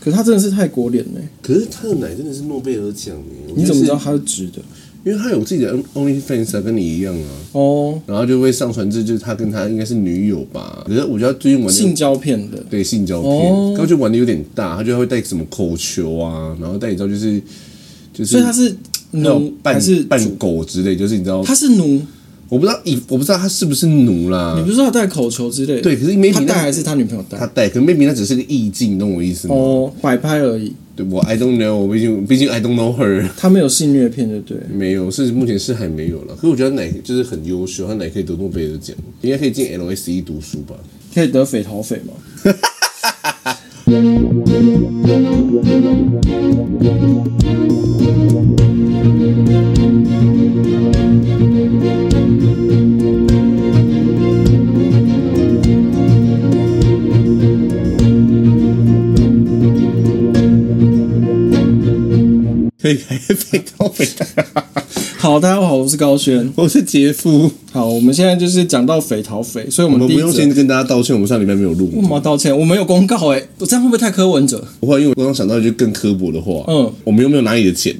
可是它真的是泰国脸呢、可是他的奶真的是诺贝尔奖哎，你怎么知道我它是直的？就是？因为他有自己的 OnlyFans 啊，跟你一样啊，哦，然后就会上传这就是他跟他应该是女友吧。可是我觉得他最近玩性的交片的，对性交哦片，他就玩的有点大，他就会带什么口球啊，然后带你知道就是就是，所以它是那种奴还扮是主扮？狗之类，就是你知道，它是奴，我不知道以我不知道他是不是奴你啦不，是说他戴口球之类的？对，可是 maybe 他那戴还是他女朋友戴他？带，可 maybe 那只是个意境，你懂我意思吗？哦，摆拍而已，对我 I don't know，毕竟毕竟 I don't know her，他没有性虐片，对不对？没有，是目前是还没有了。可是我觉得奶就是很优秀，他奶可以得诺贝尔奖，应该可以进 LSE 读书吧？可以得匪逃匪吗？ 可以开飞到北大，好，大家好，我是高轩。我是杰夫，好，我们现在就是讲到匪逃匪，所以我我们们第不一用节先跟大家道歉，我们上礼拜没有录。我们要道歉，我们有公告哎、我这样会不会太柯文哲？不会，因为我刚刚想到一句更刻薄的话，嗯，我们又没有拿你的钱，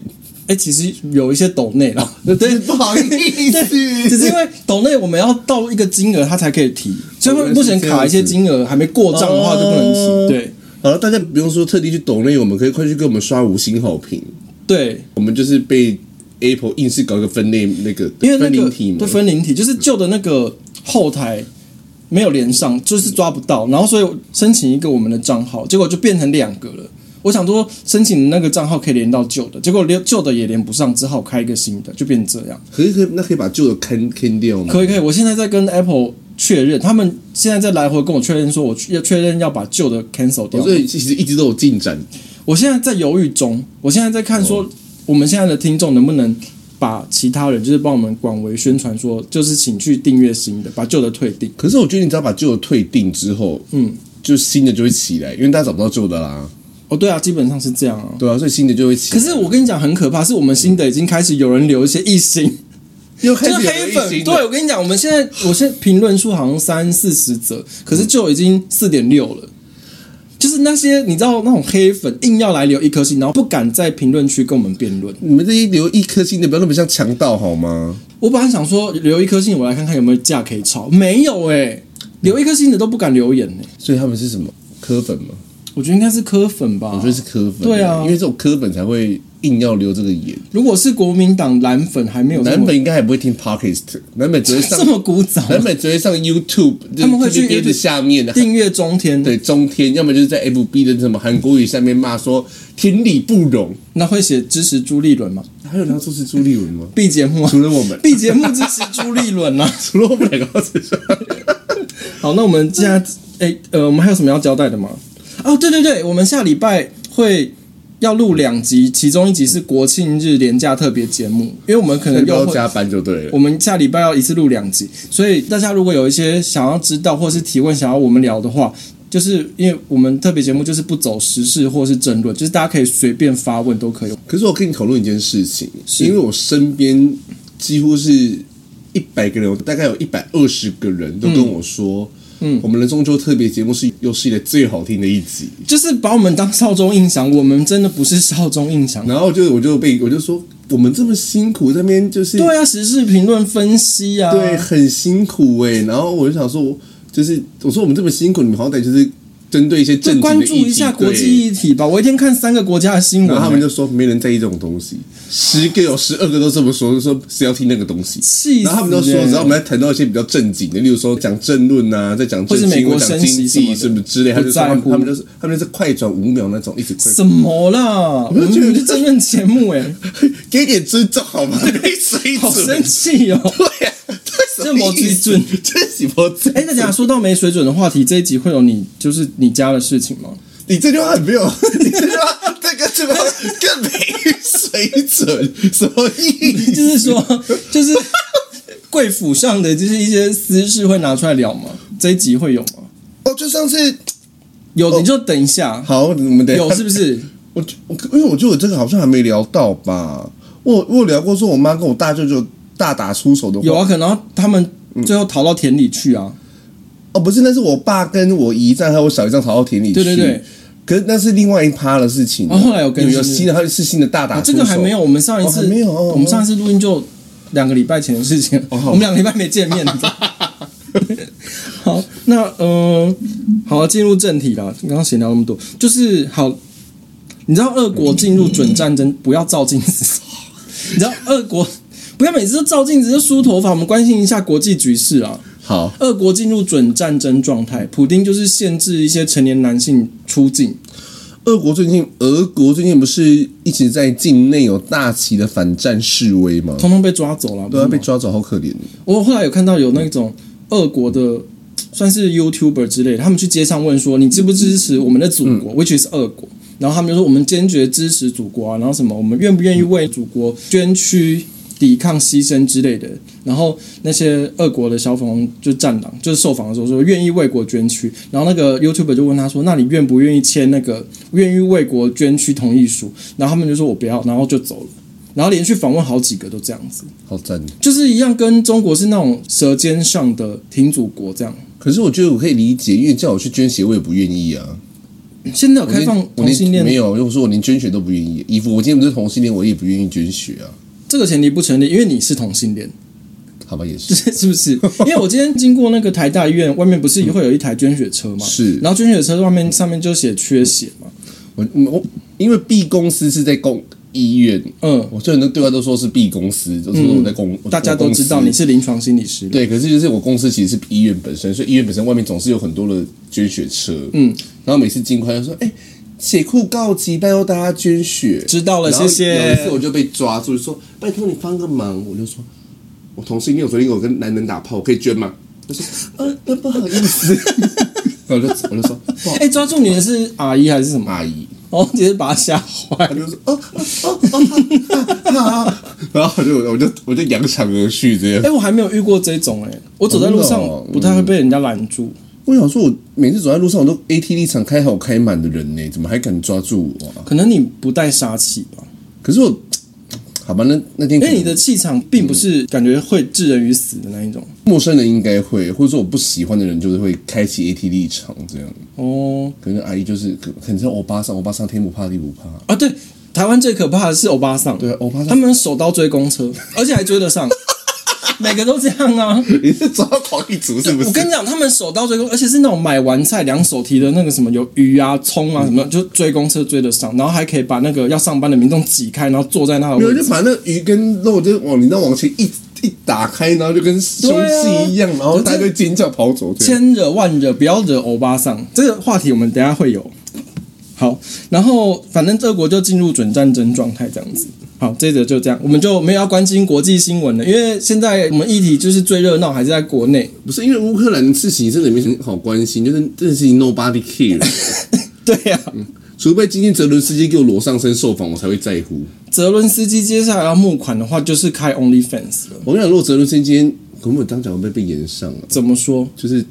哎、其实有一些抖内 啦，对，不好意思对只是因为抖内我们要到一个金额，他才可以哦提，所以会目前卡一些金额还没过账的话就不能哦提。对好了，大家不用说特地去抖内，我们可以快去给我们刷五星好评。对，我们就是被 Apple 硬是搞一个分类那个因为那分个灵体嘛对，分灵体，就是旧的那个后台没有连上，就是抓不到，然后所以申请一个我们的账号，结果就变成两个了。我想说申请的那个账号可以连到旧的，结果连旧的也连不上，只好开一个新的，就变成这样。可以可以，那可以把旧的坑坑掉吗？可以可以，我现在在跟 Apple 确认，他们现在在来回跟我确认说，我要确认要把旧的 cancel 掉哦。所以其实一直都有进展，我现在在犹豫中，我现在在看哦说，我们现在的听众能不能把其他人就是帮我们广为宣传说，就是请去订阅新的，把旧的退订。可是我觉得你只要把旧的退订之后，嗯，就新的就会起来，因为大家找不到旧的啦，哦，对啊，基本上是这样啊。对啊，所以新的就会起可来。是我跟你讲，很可怕，是我们新的已经开始有人留一些异心，又就开是始有黑人粉。新对，的，我跟你讲，我们现在我现在评论数好像三四十则，可是就已经四点六了。就是那些你知道那种黑粉硬要来留一颗星，然后不敢在评论区跟我们辩论。你们这些留一颗星的不要那么像强盗好吗？我本来想说留一颗星，我来看看有没有架可以吵，没有哎、留一颗星的都不敢留言呢、所以他们是什么科粉吗？我觉得应该是科粉吧。我觉得是科粉，对啊因为这种科粉才会硬要留这个言。如果是国民党蓝粉还没有这么南本应该还不会听 Podcast，南本只会上 这么鼓掌，南本只会上 YouTube， 他们会去贴着 YouTube 下面的订阅中天，对中天，要么就是在 FB 的什么韩国语下面骂说天理不容。那会写支持 朱立伦吗还有人要支持朱立伦吗？ ？B 节目啊除了我们，B 节目支持朱立伦啊。除了我们两个要支持， 好，那我们现在，哎、呃，我们还有什么要交代的吗？哦，对对对，我们下礼拜会要录两集，其中一集是国庆日廉价特别节目，因为我们可能不又要会加班就对了。我们下礼拜要一次录两集，所以大家如果有一些想要知道或是提问想要我们聊的话，就是因为我们特别节目就是不走时事或是争论，就是大家可以随便发问都可以。可是我跟你讨论一件事情，因为我身边几乎是一百个人，大概有一百二十个人都跟我说，嗯，我们的中秋特别节目是有史以来最好听的一集。就是把我们当少中印象，我们真的不是少中印象。然后就我就被我就说，我们这么辛苦，这边就是对啊，时事评论分析啊，对，很辛苦哎、然后我就想说，就是我说我们这么辛苦，你们好歹就是针对一些就政治关注一下国际议题吧。我一天看三个国家的新闻、然后他们就说没人在意这种东西，十个有十二个都这么说，就说谁要听那个东西？气死、欸！然后他们都说，只要我们在谈到一些比较正经的，例如说讲政论啊，在讲政或是美经、国讲升息经济什什么的么之类，他就说他们不在乎他们就是他们就是快转五秒那种，一直快哎什么啦？我就们觉得是争论节目哎、给点尊重 好 吗？没水好生准，气哦、对啊，这这没水准，这是什么水准？哎、那讲说到没水准的话题，这一集会有你就是你家的事情吗？你这句话很没有，你这句话这个这个更没水准，什么 意就是思？说，就是贵府上的就是一些私事会拿出来聊吗？这一集会有吗？哦，就上次有你就等一下，好，我们等一下有是不是？我我因为我觉得我这个好像还没聊到吧，我我有聊过说我妈跟我大舅舅大打出手的话，有啊，可能他们最后逃到田里去啊。哦不是，那是我爸跟我姨丈还有我小姨丈逃到田里去，对对对，可是那是另外一趴的事情。啊哦后来有更新有新的，还有是新的大打啊，出这手、个还没有，我们上一次、哦还没有哦我们上一次录音就两个礼拜前的事情，哦好我们两个礼拜没见面。 好，那呃，好，进入正题啦。刚刚闲聊那么多，就是好，你知道俄国进入准战争，不要照镜子。 你知道俄国不要每次都照镜子就梳头发，我们关心一下国际局势啊。好。俄国进入准战争状态，普丁就是限制一些成年男性出境。俄国最近，俄国最近不是一直在境内有大旗的反战示威吗？通通被抓走了，都要被不是吗抓走，好可怜。我后来有看到有那种俄国的算是 YouTuber 之类的，他们去街上问说你支不支持我们的祖国、w h i c h is 俄国。然后他们就说我们坚决支持祖国啊，然后什么我们愿不愿意为祖国捐躯、抵抗、牺牲之类的。然后那些俄国的消防就战狼，就是受访的时候说愿意为国捐躯。然后那个 YouTuber 就问他说，那你愿不愿意签那个愿意为国捐躯同意书？然后他们就说我不要，然后就走了。然后连续访问好几个都这样子。好赞。就是一样，跟中国是那种舌尖上的挺祖国这样。可是我觉得我可以理解，因为叫我去捐血，我也不愿意啊。现在有我连开放我同性连没恋，有，因为我说我连捐血都不愿意。衣服，我今天不是同性恋，我也不愿意捐血啊。这个前提不成立，因为你是同性恋，好吧，也是。是是不是？因 为我今天经过那个台大医院，外面不是会有一台捐血车嘛？是然后捐血车外面上面就写缺血嘛。我嗯我因为 B 公司是在公医院，嗯，我所以很多对外都说是 B 公司，就是我在公，大家都知道你是是临床心理师。对，可是就是我公司其实是医院本身，所以医院本身外面总是有很多的捐血车，嗯，然后每次经过他就说，哎、血库告急，拜托大家捐血，知道了然后谢谢有一次我就被抓住，就说拜托你帮个忙，我就说我同事因为我昨天有跟男人打炮，我可以捐吗？他说呃，那不好意 思，然后我就我就说不好意哎、抓住你的是阿姨还是什思么？阿姨。哦，直接把他吓坏 他。就说哦哦哦哦啊啊啊， 然后我就我就我就扬长而去这样哎、。我还没有遇过这种哎、我走在路上真的哦不太会被人家拦住。我想说，我每次走在路上，我都 ATD 场开好开满的人呢，怎么还敢抓住我啊？可能你不带杀气吧？可是我，好吧，那那因天可为能你的气场并不嗯是感觉会置人于死的那一种。陌生人应该会，或者说我不喜欢的人，就是会开启 ATD 场这样。哦可能阿姨就是可可能像欧巴桑，欧巴桑天不怕地不怕。啊，对，台湾最可怕的是欧巴桑，对，欧巴他桑，们手刀追公 车，而且还追得上，每个都这样啊。 你是抓狂一族是不我跟是？你讲，他们手刀追公，而且是那种买完菜两手提的那个什么有鱼啊、葱啊什么的，就追公车追得上，然后还可以把那个要上班的民众挤开，然后坐在那没个有，位就置。把那鱼跟肉就往你那往前一一打开，然后就跟凶对啊器一样，然后大家就尖叫跑走。这样千惹万惹，不要惹欧巴桑。这个话题我们等一下会有。好，然后反正俄国就进入准战争状态这样子。好，这则就这样，我们就没有要关心国际新闻了，因为现在我们议题就是最热闹还是在国内。 不是因为乌克兰的事情真的没什么好关心，就是这件事情 nobody care，对啊呀、除非今天泽伦斯基给我裸上身受访，我才会在乎。泽伦斯基接下来要募款的话，就是开 OnlyFans 了。我跟你讲，如果泽伦斯基今天可能我当讲会被被延上了，怎么说？就是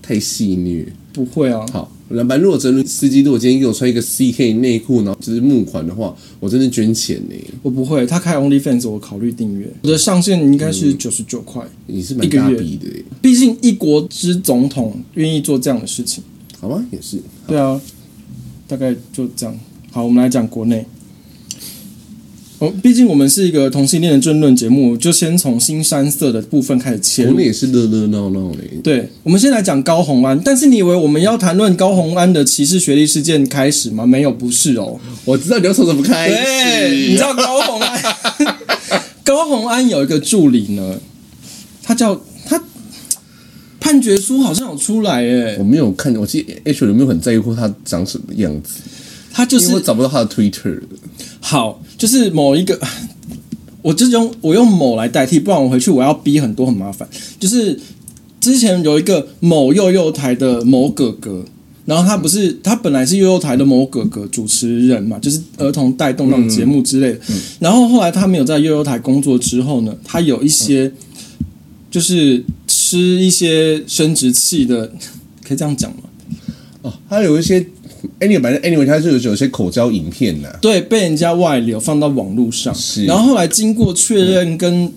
太戏虐。不会啊，好，那反正如果泽伦斯基如果今天给我穿一个 CK 内裤，然后就是募款的话，我真的捐钱呢、我不会。他开 OnlyFans，我考虑订阅。我的上限应该是九十九块，你是蛮大一个月笔的、欸，毕竟一国之总统愿意做这样的事情。好吗？也是。对啊，大概就这样。好，我们来讲国内。哦，毕竟我们是一个同性恋的争论节目，就先从新山色的部分开始切国入内。也是热热闹闹嘞，对，我们先来讲高红安。但是你以为我们要谈论高红安的歧视学历事件开始吗？没有，不是哦。我知道你要从什么开对，你始知。道高红安？ 高红安有一个助理呢，他叫他判决书好像有出来诶我，没有看，我其实 H 有没有很在乎他长什么样子，他就因是为我找不到他的 Twitter 了。好，就是某一个， 我就用我用某来代替，不然我回去我要逼很多，很麻烦。就是之前有一个某幼幼台的某哥哥，然后他不是他本来是幼幼台的某哥哥主持人嘛，就是儿童带动那种节目之类的。然后后来他没有在幼幼台工作之后呢，他有一些就是吃一些生殖器的， 可以这样讲吗？哦，他有一些 anyway，反正 anyway，他就是有些口交影片啊呐、对，被人家外流放到网络上，是然后后来经过确认跟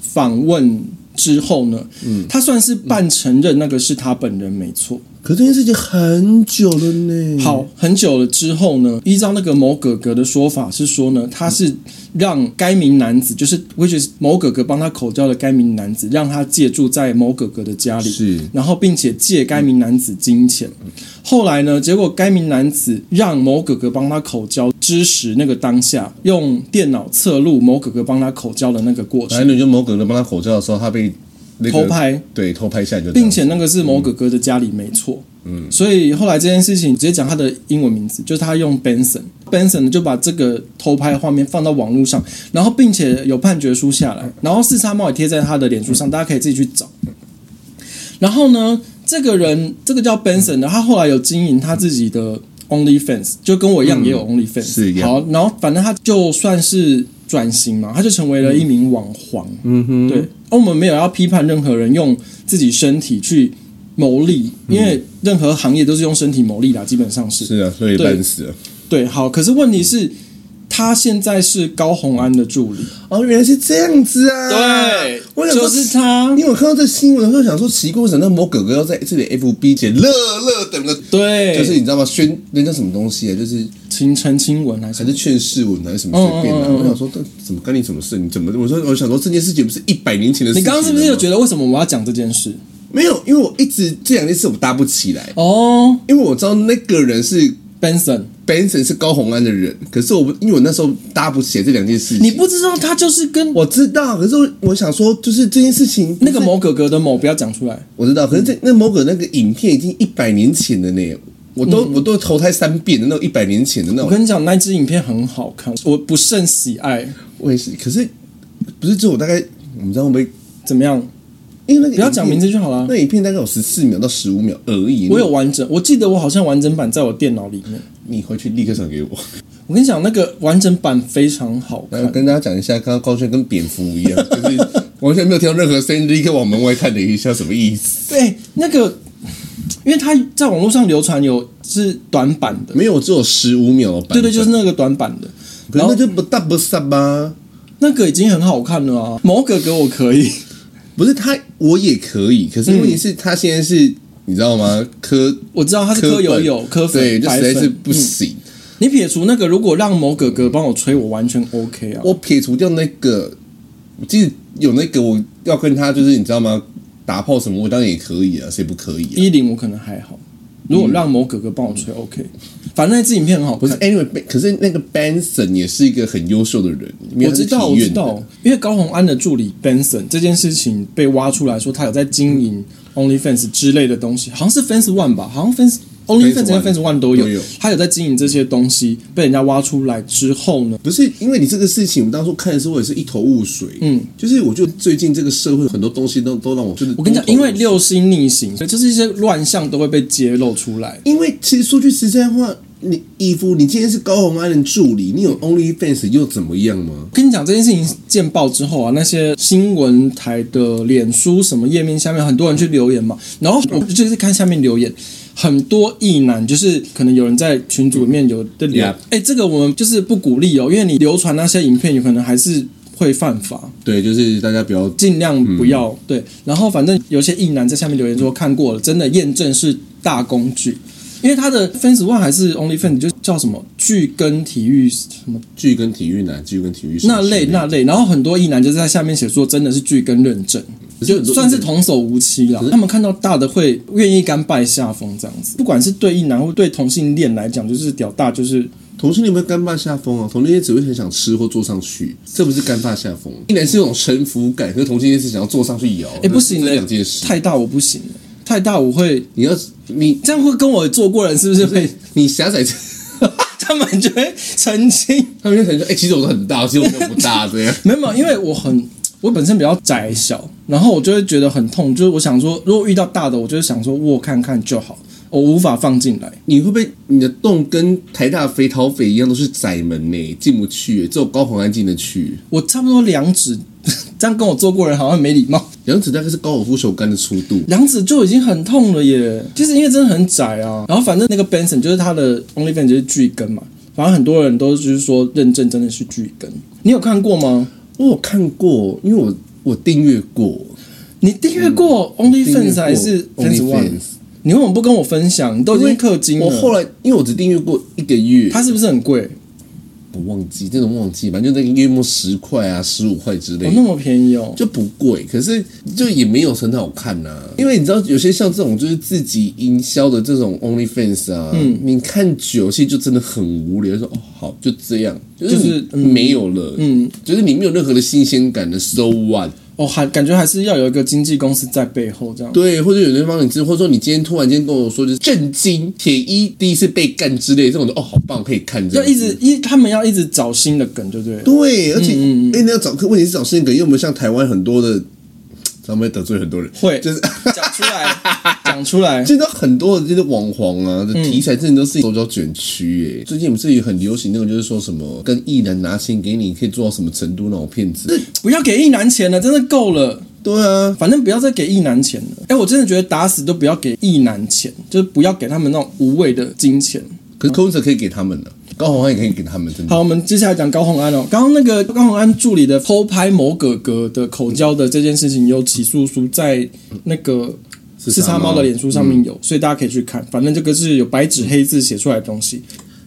访问之后呢，他算是半承认那个是他本人没错，可这件事情很久了呢。好，很久了之后呢，依照那个某哥哥的说法是说呢，他是让该名男子，就是 which is 某哥哥帮他口交的该名男子，让他借住在某哥哥的家里，是嗯然后并且借该名男子金钱。后来呢，结果该名男子让某哥哥帮他口交之时，那个当下用电脑测录某哥哥帮他口交的那个过反程，正你就某梗的帮他口罩的时候，他被那哎个偷拍，对，偷拍下来就这样并且那个是某哥哥的家里，没错。嗯，所以后来这件事情直接讲他的英文名字，就是他用 Benson，Benson 呢就把这个偷拍画面放到网络上，然后并且有判决书下来，然后四叉猫也贴在他的脸书上，大家可以自己去找。然后呢，这个人这个叫 Benson 的，他后来有经营他自己的 OnlyFans，就跟我一样也有 OnlyFans、嗯是一样好，然后反正他就算是转型嘛，他就成为了一名网黄。嗯哼，对。而我们没有要批判任何人用自己身体去牟利，因为任何行业都是用身体牟利啦，基本上嗯是。是啊，所以对烂死了。对，好。可是问题是，他现在是高洪安的助理。哦，原来是这样子啊！我想说就是他因。为我看到这新闻的时候，想说奇怪，为什么那某哥哥要在这里 FB 写乐乐等个？对，就是你知道吗？宣那叫什么东西啊？就是秦晨亲文还是还是劝世文还是什么随便的、啊嗯嗯嗯嗯我想说，这怎么干你什么事？你怎么？我说，我想说这件事情不是一百年前的事你情了刚吗。刚是不是有觉得为什么我要讲这件事？没有？因为我一直这两件事我搭不起来，哦因为我知道那个人是，Benson， Benson 是高洪安的人，可是我不因为我那时候搭不起来这两件事情。你不知道他就是跟我知道，可是我我想说，就是这件事情那个某。某哥哥的某不要讲出来。我知道，可是这那某个那个影片已经一百年前了呢，我都、我都投胎三遍的那种一百年前的那我种，跟你讲，那支影片很好看，我不甚喜爱。我也是。可是不是只有大概，我们知道会不会？怎么样？因为那个不要讲名字就好啦那影片大概有十四秒到十五秒而已。我有完整，我记得我好像完整版在我电脑里面。你，你回去立刻传给我。我跟你讲，那个完整版非常好然看。后呃跟大家讲一下，刚刚高轩跟蝙蝠一样， 就是完全没有听到任何声音，立刻往门外看了一下，什么意思？对，那个，因为他在网络上流传有是短版的，没有，只有十五秒的版本。对对，就是那个短版的。可然是后那就不大不撒吧。那个已经很好看了啊，某哥哥我可以。不是他，我也可以，可是问题是，他现在是，你知道吗？科，我知道他是柯友友柯粉对，就白实粉嗯在是不行。你撇除那个，如果让某哥哥帮我吹，我完全 OK 啊。我撇除掉那个，我记得有那个我要跟他，就是你知道吗？打炮什么，我当然也可以啊，谁不可以、啊？一零我可能还好，如果让某哥哥帮我吹、OK，反正那支影片很好嗯不是看。 ，anyway，可是那个 Benson 也是一个很优秀的人，因为我他是知道，体我院知的道，因为高洪安的助理 Benson 这件事情被挖出来说，他有在经营 OnlyFans 之类的东西，好像是 Fans One 吧，好像 Fans OnlyFans 跟 Fans Fans One 都有都有，他有在经营这些东西，被人家挖出来之后呢，不是因为你这个事情，我当初看的时候我也是一头雾水。嗯，就是我觉得最近这个社会很多东西都都让我就是我跟你讲，多头雾因为水六星逆行，所以就是一些乱象都会被揭露出来。因为其实说句实在话，你义夫，你今天是高洪安的助理，你有 OnlyFans 又怎么样吗？跟你讲这件事情见报之后啊，那些新闻台的脸书什么页面下面很多人去留言嘛，然后我就是看下面留言，很多异男就是可能有人在群组里面有的留，哎 Yeah 这个我们就是不鼓励哦，因为你流传那些影片，有可能还是会犯法。对，就是大家不要尽量不要、对。然后反正有些异男在下面留言说看过了，真的验证是大工具，因为他的 Fans One 还是 Only Fans 就叫什么剧跟体育什么剧跟体育男，剧跟体育那类那类，然后很多异男就是在下面写说真的是剧跟认证。就算是童叟无欺啦，他们看到大的会愿意甘拜下风这样子，不管是对异男或对同性恋来讲，就是屌大就是同性恋，不会甘拜下风啊？同性恋只会很想吃或坐上去，这不是甘拜下风。啊一男是有种臣服感，和同性恋是想要坐上去摇。哎、不行这了是两件，事。太大我不行了，太大我会你要你这样会跟我做过人是不是 会你狭窄，他们就会澄清。他们就可能说，哎、其实我都很大，其实我都不大这样。没有，没有，因为我很我本身比较窄小，然后我就会觉得很痛，就是我想说，如果遇到大的，我就会想说握看看就好，我无法放进来。 你会不会你的洞跟台大肥桃肥一样都是窄门呢、进不去、只有高洪安进得去。我差不多两指， 这样跟我做过人好像没礼貌，杨子大概是高尔夫球杆的粗度，两指就已经很痛了耶。就是因为真的很窄啊。然后反正那个 Benson 就是他的 OnlyFans 就是巨根嘛，反正很多人都就是说认证真的是巨根，你有看过吗？我有看过，因为我我订阅过你订阅过订阅 OnlyFans 嗯过还是 Fans One？ OnlyFans，你为什么不跟我分享？你都已因为啊经氪金了。我后来因为我只订阅过一个月，它是不是很贵？我忘记真的忘记，反正就那个月末十块啊、十五块之类哦，的。那么便宜哦。就不贵，可是就也没有很好看呐、因为你知道，有些像这种就是自己营销的这种 OnlyFans 啊，你看久，其实就真的很无聊。就说哦，好，就这样，就是就是你没有了，嗯，就是你没有任何的新鲜感的，so what？哦，还感觉还是要有一个经纪公司在背后这样。对，或者有人帮你吃，或者说你今天突然间跟我说就是震惊，铁一第一次被干之类的这种，就哦，好棒，可以看这要样子，一直嗯一，他们要一直找新的梗，对不对？对，而且哎、诶你要找，问题是找新梗，因为我们像台湾很多的，咱们会得罪很多人，会就是。讲出来，讲出 来。现在很多的这些网红啊，嗯这题材真的都是手脚卷曲诶、最近我们这里很流行那种，就是说什么跟艺人拿钱给你，可以做到什么程度那种骗子。不要给一男钱了，真的够了。 对啊，反正不要再给一男钱了。哎，我真的觉得打死都不要给一男钱，就是不要给他们那种无谓的金钱。可是柯文哲可以给他们的、啊高洪安也可以给他们，真的。好，我们接下来讲高洪安哦。刚刚那个高洪安助理的偷拍某哥哥的口交的这件事情，有起诉书在那个是四叉叉猫猫的脸书上面有，所以大家可以去看。反正这个是有白纸黑字写出来的东西。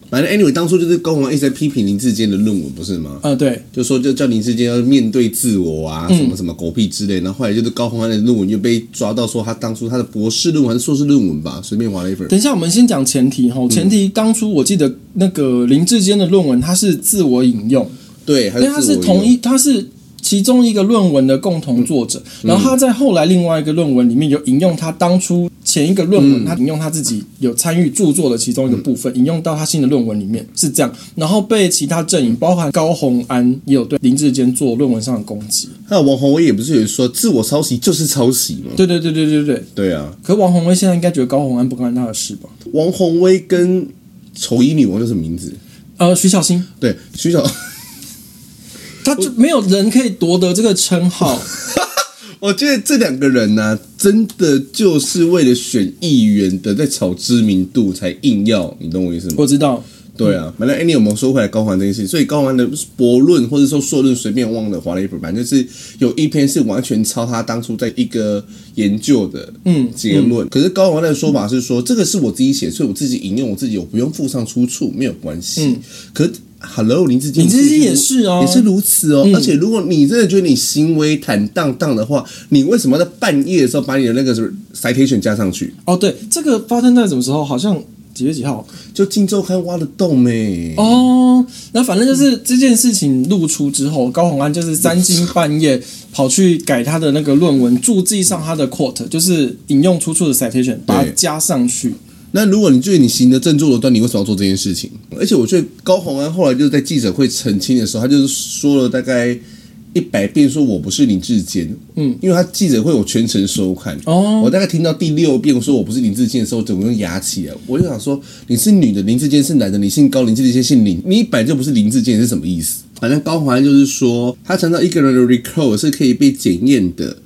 反正 anyway，当初就是高洪安一直在批评林志坚的论文，不是吗？啊、对，就说就叫林志坚要面对自我啊，嗯什么什么狗屁之类。然后后来就是高洪安的论文又被抓到，说他当初他的博士论文还是硕士论文吧，随便划了一份。等一下我们先讲前提哈。前提当初我记得那个林志坚的论文，他是自我引用，对，还因为他是是自我同用一，他是其中一个论文的共同作者，嗯然后他在后来另外一个论文里面有引用他当初前一个论嗯文，他引用他自己有参与著作的其中一个部分，引用到他新的论文里面是这样，然后被其他阵营，包含高洪安也有对林志坚做论文上的攻击。那王宏威也不是有说自我抄袭就是抄袭吗？对对对对对对。对啊，可王宏威现在应该觉得高洪安不关他的事吧？王宏威跟丑衣女王叫什么名字？呃，徐小新，对，徐小，他就没有人可以夺得这个称号。 我觉得这两个人呢、真的就是为了选议员的在炒知名度才硬要，你懂我意思吗？我知道，对啊，反正 Annie 我们说回来高环这件事情，所以高环的博论或者说硕论随便忘了划了一本，反正就是有一篇是完全抄他当初在一个研究的嗯结论。可是高环的说法是说，这个是我自己写，所以我自己引用我自己，我不用附上出处，没有关系。可是 Hello，林志坚，林志坚也是哦也是如此哦。而且如果你真的觉得你行为坦荡荡的话，你为什么在半夜的时候把你的那个 citation 加上去？哦，对，这个发生在什么时候？好像几月几号？就《金周刊》挖欸的洞没、哦，那反正就是这件事情露出之后，高洪安就是三更半夜跑去改他的那个论文，注记上他的 quote，就是引用出处的 citation，把它加上去。那如果你觉得你行得正坐得端，你为什么要做这件事情？而且我觉得高洪安后来就是在记者会澄清的时候，他就是说了大概一百遍，说我不是林志坚。嗯，因为他记者会我全程收看。哦我大概听到第六遍说我不是林志坚的时候，整个人牙起来。我就想说，你是女的，林志坚是男的，你姓高，林志坚姓林，你本来就不是林志坚是什么意思？反正高洪安就是说，他强调一个人的 recall 是可以被检验的。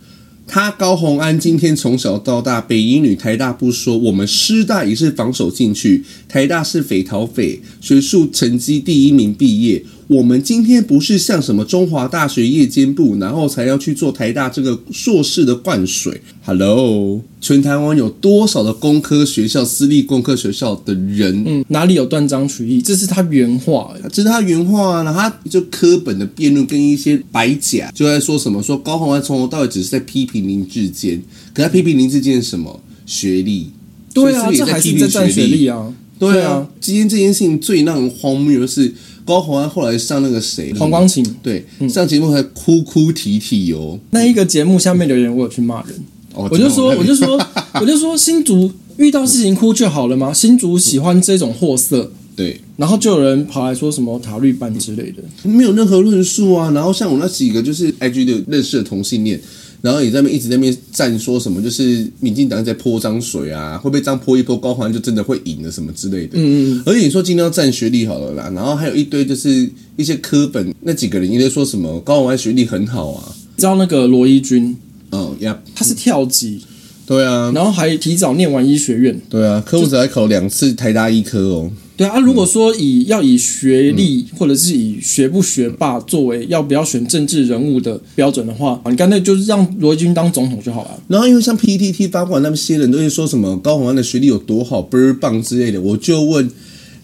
他高洪安今天从小到大，北一女、台大不说，我们师大也是防守进去，台大是匪逃匪，学术成绩第一名毕业。我们今天不是像什么中华大学夜间部，然后才要去做台大这个硕士的灌水。Hello，全台湾有多少的工科学校、私立工科学校的人嗯，哪里有断章取义？这是他原话、欸这是他原话啊，然后他就科本的辩论跟一些白假就在说什么，说高洪安从头到尾只是在批评林志坚，可他批评林志坚是什么学历？对啊，所以这不还是是也在在占批评学学历。啊。对对啊啊，今天这件事情最让人荒谬的是，高洪安后来上那个谁，黄光嗯琴对上节目还哭哭啼啼哦。那一个节目下面留言，我有去骂 人，哦我就说，我就，真的说， 我就说，新竹遇到事情哭就好了吗？新竹喜欢这种货色，对，然后就有人跑来说什么塔绿班之类的。没有任何论述啊。然后像我那几个就是 IG 的认识的同性恋，然后也在那边一直在那边站说什么，就是民进党在泼脏水啊，会不会这样泼一泼高环就真的会赢了什么之类的。嗯嗯。而且你说今天要占学历好了啦，然后还有一堆就是一些科本那几个人一直说什么高环学历很好啊，你知道那个罗伊军，嗯呀，他是跳级，对啊，然后还提早念完医学院。对啊，科目只还考两次台大医科哦，对啊，如果说以要以学历或者是以学不学霸作为要不要选政治人物的标准的话，你干脆就是让罗军当总统就好了。然后因为像 PTT 发管那些人都会说什么高宏安的学历有多好、倍儿棒之类的，我就问，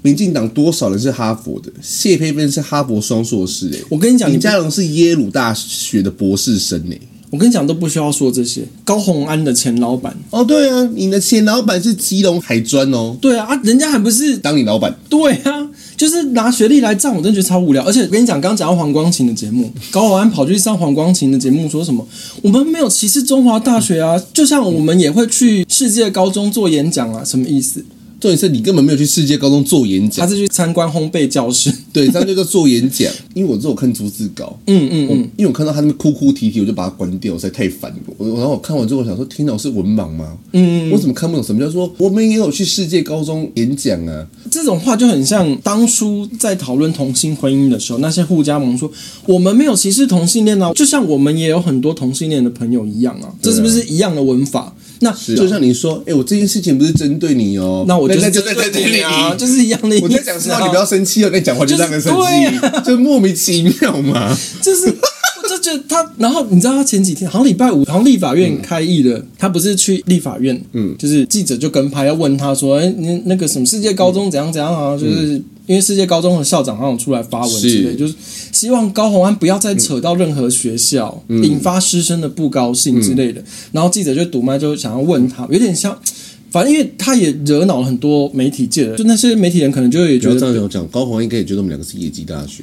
民进党多少人是哈佛的？谢佩芬是哈佛双硕士诶、我跟你讲，你林不佳龙是耶鲁大学的博士生诶、我跟你讲都不需要说这些。高鸿安的前老板，哦，对啊，你的前老板是基隆海专哦，对啊，啊人家还不是当你老板对啊，就是拿学历来站，我真的觉得超无聊。而且我跟你讲，刚刚讲到黄光琴的节目，高晓安跑去上黄光琴的节目，说什么我们没有歧视中华大学啊，就像我们也会去世界高中做演讲啊，什么意思？重点是你根本没有去世界高中做演他讲，是去参观烘焙教室。对，这样就叫做演讲。因为我只有看朱志高，嗯嗯嗯，因为我看到他那边哭哭啼啼，我就把他关掉，实在太烦了。我然后我看完之后，我想说，天哪，我是文盲吗？嗯，我怎么看不懂什么叫做我们也有去世界高中演讲啊？这种话就很像当初在讨论同性婚姻的时候，那些互加盟说我们没有歧视同性恋啊，就像我们也有很多同性恋的朋友一样啊，这是不是一样的文法？那就像你说，哎、我这件事情不是针对你啊哦，那我就那是就在在这对里 啊，就是一样的意思、啊。我在讲实话，你不要生气哦。在讲话就让人生就是对啊气，就莫名其妙 嘛。就是我就觉得他，然后你知道他前几天好像礼拜五，好像立法院开议了，他不是去立法院，嗯，就是记者就跟拍要问他说，哎，你那个什么世界高中怎样怎样啊，就是。因为世界高中的校长好像有出来发文之类，是就是希望高虹安不要再扯到任何学校，引发师生的不高兴之类的。然后记者就堵麦，就想要问他，有点像，反正因为他也惹恼了很多媒体界的人，就那些媒体人可能就也不觉要得这样讲，高宏应该也觉得我们两个是业绩大学，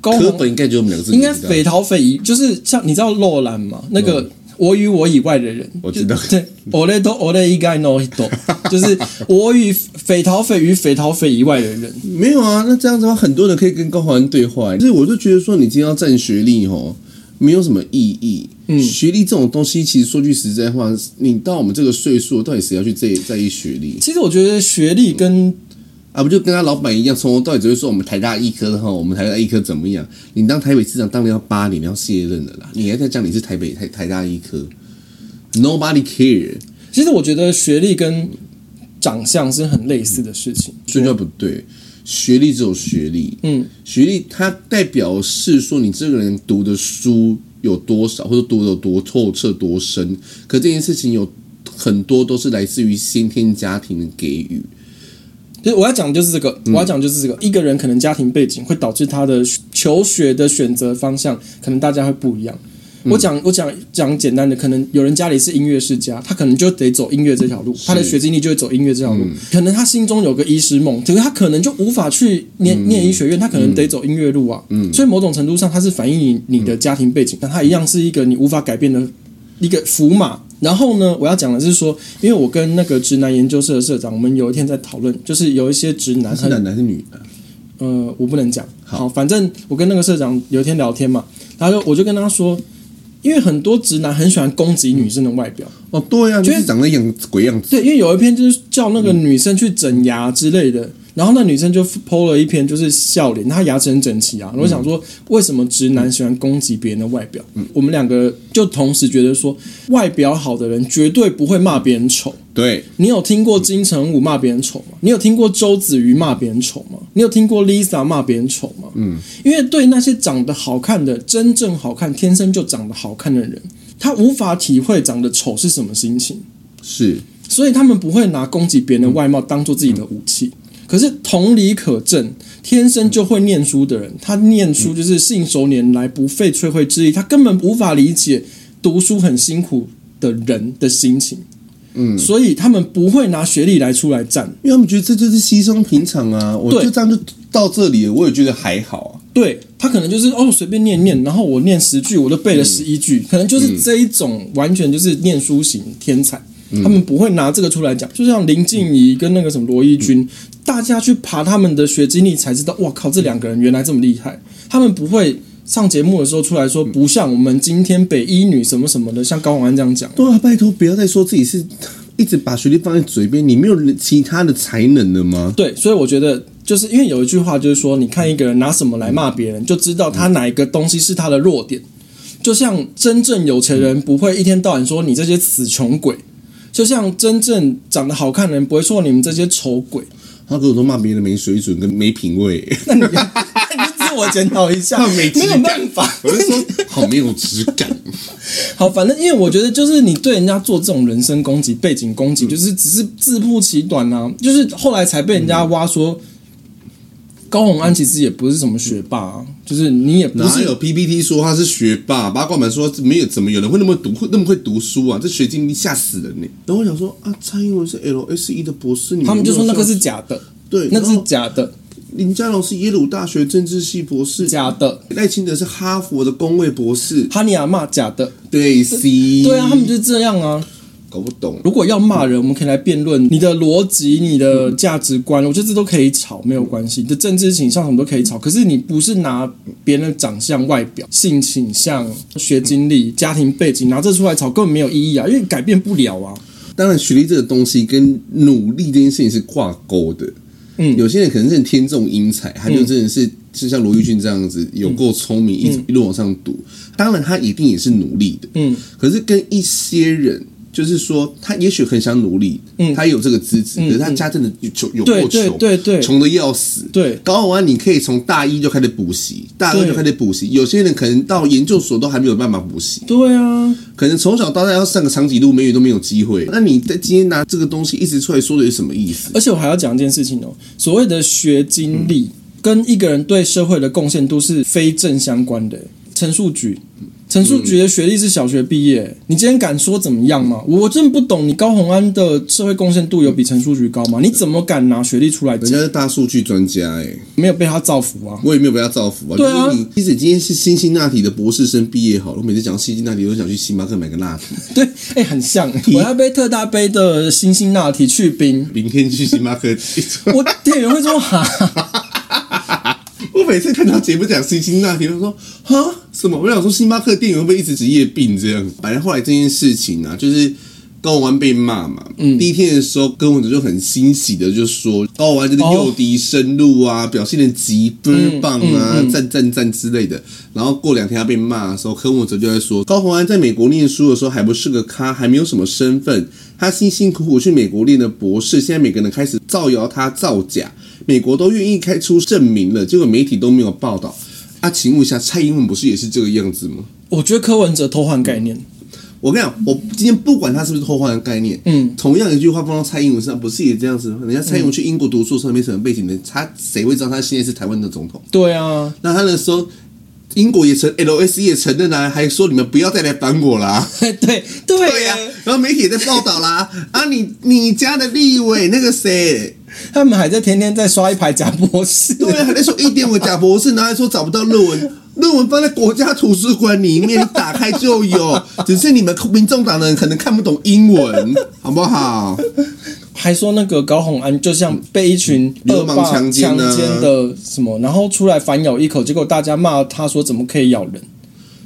高柯虹本应该觉得我们两个是应业该绩大匪学。逃匪夷，就是像你知道洛兰嘛？那个我与我以外的人，嗯我知道就对，我嘞都我嘞应该 no 懂，就是我与匪逃匪与匪逃匪以外的人，没有啊，那这样子的话，很多人可以跟高宏安对话。就是我就觉得说，你今天要占学历哦，没有什么意义。嗯，学历这种东西，其实说句实在话，你到我们这个岁数，到底谁要去在在意学历？其实我觉得学历跟啊，不就跟他老板一样，从头到尾只会说我们台大医科的哈，我们台大医科怎么样？你当台北市长当然要八年，你要卸任了啦，你还在讲你是台北台台大医科，Nobody care，其实我觉得学历跟长相是很类似的事情。所以就不对。学历只有学历，嗯，学历它代表是说你这个人读的书有多少，或者读的有多透彻、多深。可这件事情有很多都是来自于先天家庭的给予，就是我要讲的就是这个，嗯我要讲的就是这个，一个人可能家庭背景会导致他的求学的选择方向，可能大家会不一样。我讲我讲讲简单的，可能有人家里是音乐世家，他可能就得走音乐这条路，他的学经历就会走音乐这条路。可能他心中有个医师梦，可是他可能就无法去念、念医学院，他可能得走音乐路啊。所以某种程度上，它是反映你你的家庭背景，但它一样是一个你无法改变的一个符码。然后呢，我要讲的是说，因为我跟那个直男研究社的社长，我们有一天在讨论，就是有一些直男是很男的还是女的？呃，我不能讲。好反正我跟那个社长有一天聊天嘛，然后就我就跟他说，因为很多直男很喜欢攻击女生的外表，哦，对啊，就是长得样鬼样子，对，因为有一篇就是叫那个女生去整牙之类的，然后那女生就 PO 了一篇就是笑脸，她牙齿很整齐啊。我想说，为什么直男喜欢攻击别人的外表？我们两个就同时觉得说，外表好的人绝对不会骂别人丑。对。你有听过金城武骂别人丑吗？你有听过周子瑜骂别人丑吗？你有听过 Lisa 骂别人丑吗？嗯，因为对那些长得好看的、真正好看、天生就长得好看的人，他无法体会长得丑是什么心情，是，所以他们不会拿攻击别人的外貌当做自己的武器。可是同理可证，天生就会念书的人，他念书就是信手拈来，不费吹灰之力，他根本无法理解读书很辛苦的人的心情。嗯，所以他们不会拿学历来出来战。因为他们觉得这就是稀松平常啊，我对就这样就到这里了，我也觉得还好啊。对他可能就是哦随便念念，然后我念十句我就背了十一句，可能就是这一种完全就是念书型天才，他们不会拿这个出来讲。就像林静怡跟那个什么罗一军，大家去爬他们的学经历才知道，哇靠，这两个人原来这么厉害。他们不会上节目的时候出来说，不像我们今天北一女什么什么的，像高宏安这样讲。对啊，拜托不要再说自己是一直把学历放在嘴边，你没有其他的才能了吗？对，所以我觉得就是因为有一句话就是说，你看一个人拿什么来骂别人，就知道他嗯哪一个东西是他的弱点。就像真正有钱嗯人不会一天到晚说你这些死穷鬼，就像真正长得好看的人不会说你们这些丑鬼。 他跟我说骂别人没水准跟没品 味，那你你就自我检讨一下，没质没有感办法。我就说好没有质 感。好，反正因为我觉得，就是你对人家做这种人身攻击、背景攻嗯击，就是只是自曝其短啊。就是后来才被人嗯家挖说，高洪安其实也不是什么学霸、啊，就是你也不哪是有 PPT 说他是学霸，八卦版说没有，怎么有人会那么读会那么会读书啊？这学经历吓死人呢、然后我想说啊，蔡英文是 LSE 的博士，你他们就说没那有个是上假的，对，那然个后是假的，林佳龙是耶鲁大学政治系博士，假的。赖清德是哈佛的工位博士，哈尼亚骂假的，对 C，对啊，他们就是这样啊。搞不懂。如果要骂人，我们可以来辩论你的逻辑、你的价值观，我觉得这都可以吵，没有关系。你的政治倾向什么都可以吵，可是你不是拿别人的长相、外表、性倾向、学经历、家庭背景拿这出来吵，根本没有意义啊，因为改变不了啊。当然，学历这个东西跟努力这件事情是挂钩的。嗯，有些人可能是天纵英才，他就真的是、嗯就像罗玉俊这样子，有够聪明，一直一路往上读。当然，他一定也是努力的。嗯，可是跟一些人。就是说，他也许很想努力，嗯，他有这个资质，可是他家真的有穷，有嗯对够穷，对对对穷的要死。对高考完你可以从大一就开始补习，大二对就开始补习，有些人可能到研究所都还没有办法补习。对啊，可能从小到大要上个长颈鹿美女都没有机会。那你在今天拿这个东西一直出来说的是什么意思？而且我还要讲一件事情哦，所谓的学经嗯历跟一个人对社会的贡献都是非正相关的。陈述局，陈述局的学历是小学毕嗯业，你今天敢说怎么样吗？我真不懂，你高洪安的社会贡献度有比陈述局高吗？你怎么敢拿学历出来人讲？家是大数据专家哎、没有被他造福 啊！我也没有被他造福啊。对啊就是你，即使今天是辛辛那提的博士生毕业好了，我每次讲到辛辛那提，我都想去星巴克买个辣提。对，哎、很像，我要背特大杯的辛辛那提去冰， 明天去星巴克。我店员会说哈。我每次看到节目讲辛辛那提，我说哈什么？我想说星巴克店员会不会一直职业病这样？反正后来这件事情啊，就是。高玩被骂嘛，嗯第一天的时候，跟文哲就很欣喜的就说，高玩就是哦诱敌深入啊，表现的极倍棒啊，赞赞赞之类的。然后过两天他被骂的时候，柯文哲就在说，高宏安在美国念书的时候还不是个咖，还没有什么身份，他辛辛苦苦去美国念的博士，现在每个人开始造谣他造假，美国都愿意开出证明了，结果媒体都没有报道。啊，请问一下，蔡英文不是也是这个样子吗？我觉得柯文哲偷换概嗯念，我跟你讲，我今天不管他是不是偷换的概念，嗯，同样一句话放到蔡英文身上，不是也这样子吗？人家蔡英文去英国读书的时候没什么背景的，他谁会知道他现在是台湾的总统？对啊， 那他那时候，英国也承 LSE 也承认啦、啊还说你们不要再来烦我啦。对对对啊呀、然后媒体也在报道啦，啊你你家的立委那个谁，他们还在天天在刷一排假博士。对啊，还在说一点五假博士，然后还说找不到论文，论文放在国家图书馆里面，你打开就有，只是你们民众党的人可能看不懂英文，好不好？还说那个高洪安就像被一群恶霸流氓强奸强啊奸的什么，然后出来反咬一口，结果大家骂他说怎么可以咬人，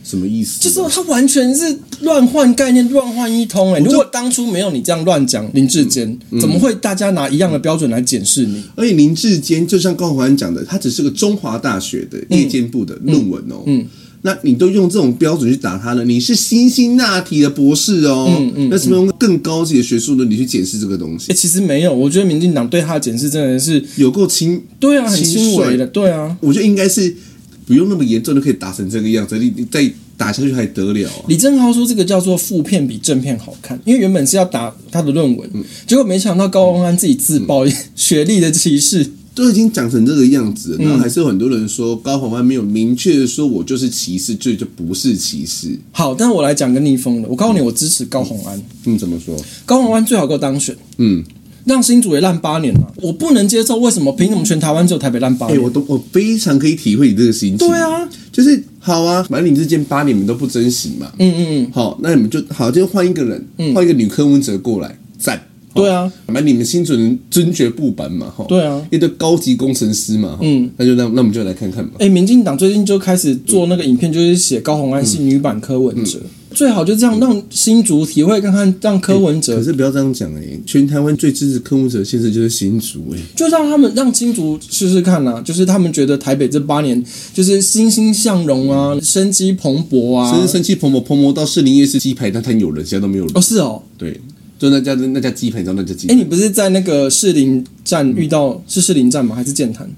什么意思？就是他完全是乱换概念，乱换一通、欸。如果当初没有你这样乱讲林志坚，嗯怎么会大家拿一样的标准来检视你？而且哎林志坚就像高宏安讲的，他只是个中华大学的夜间部的论文哦。嗯。那你都用这种标准去打他了？你是辛辛那提的博士哦，嗯嗯、那是不是用更高级的学术伦理去解释这个东哎、西？其实没有，我觉得民进党对他的检视真的是，有够轻，对啊，很轻轻微率的，对啊。我觉得应该是不用那么严重就可以打成这个样子，你你再打下去还得了啊？李正浩说这个叫做负片比正片好看，因为原本是要打他的论文，嗯结果没想到高洪安自己自曝学历的歧视。都已经讲成这个样子了，然后还是有很多人说高宏安没有明确的说我就是歧视，这就不是歧视。好，但我来讲个逆风的，我告诉你，我支持高洪安，你怎么说？高洪安最好给我当选，嗯，让新竹也烂八年了，我不能接受，为什么？凭什么全台湾只有台北烂八哎、年？我都我非常可以体会你这个心情。对啊，就是好啊，反正你这件八年你们都不珍惜嘛。嗯嗯嗯。好，那你们就好，就换一个人，换一个女柯文哲过来，赞。对啊，反正你们新主人尊爵不凡嘛，哈。对啊一堆高级工程师嘛，嗯，那就让那我们就来看看嘛。哎、民进党最近就开始做那个影片，就是写高洪安是女版柯文嗯哲，最好就这样让新竹体会看看，让柯文哲可是不要这样讲哎、全台湾最支持柯文哲的县市就是新竹哎、就让他们让金主试试看啦、就是他们觉得台北这八年就是欣欣向荣啊，生机蓬勃啊甚。至生气蓬勃蓬勃到士林夜市鸡排那摊有嗯人，其他都没有人。哦，是哦，对，就那家那家鸡排，你知道那家鸡排哎、你不是在那个士林站遇到是士林站吗？还是剑潭？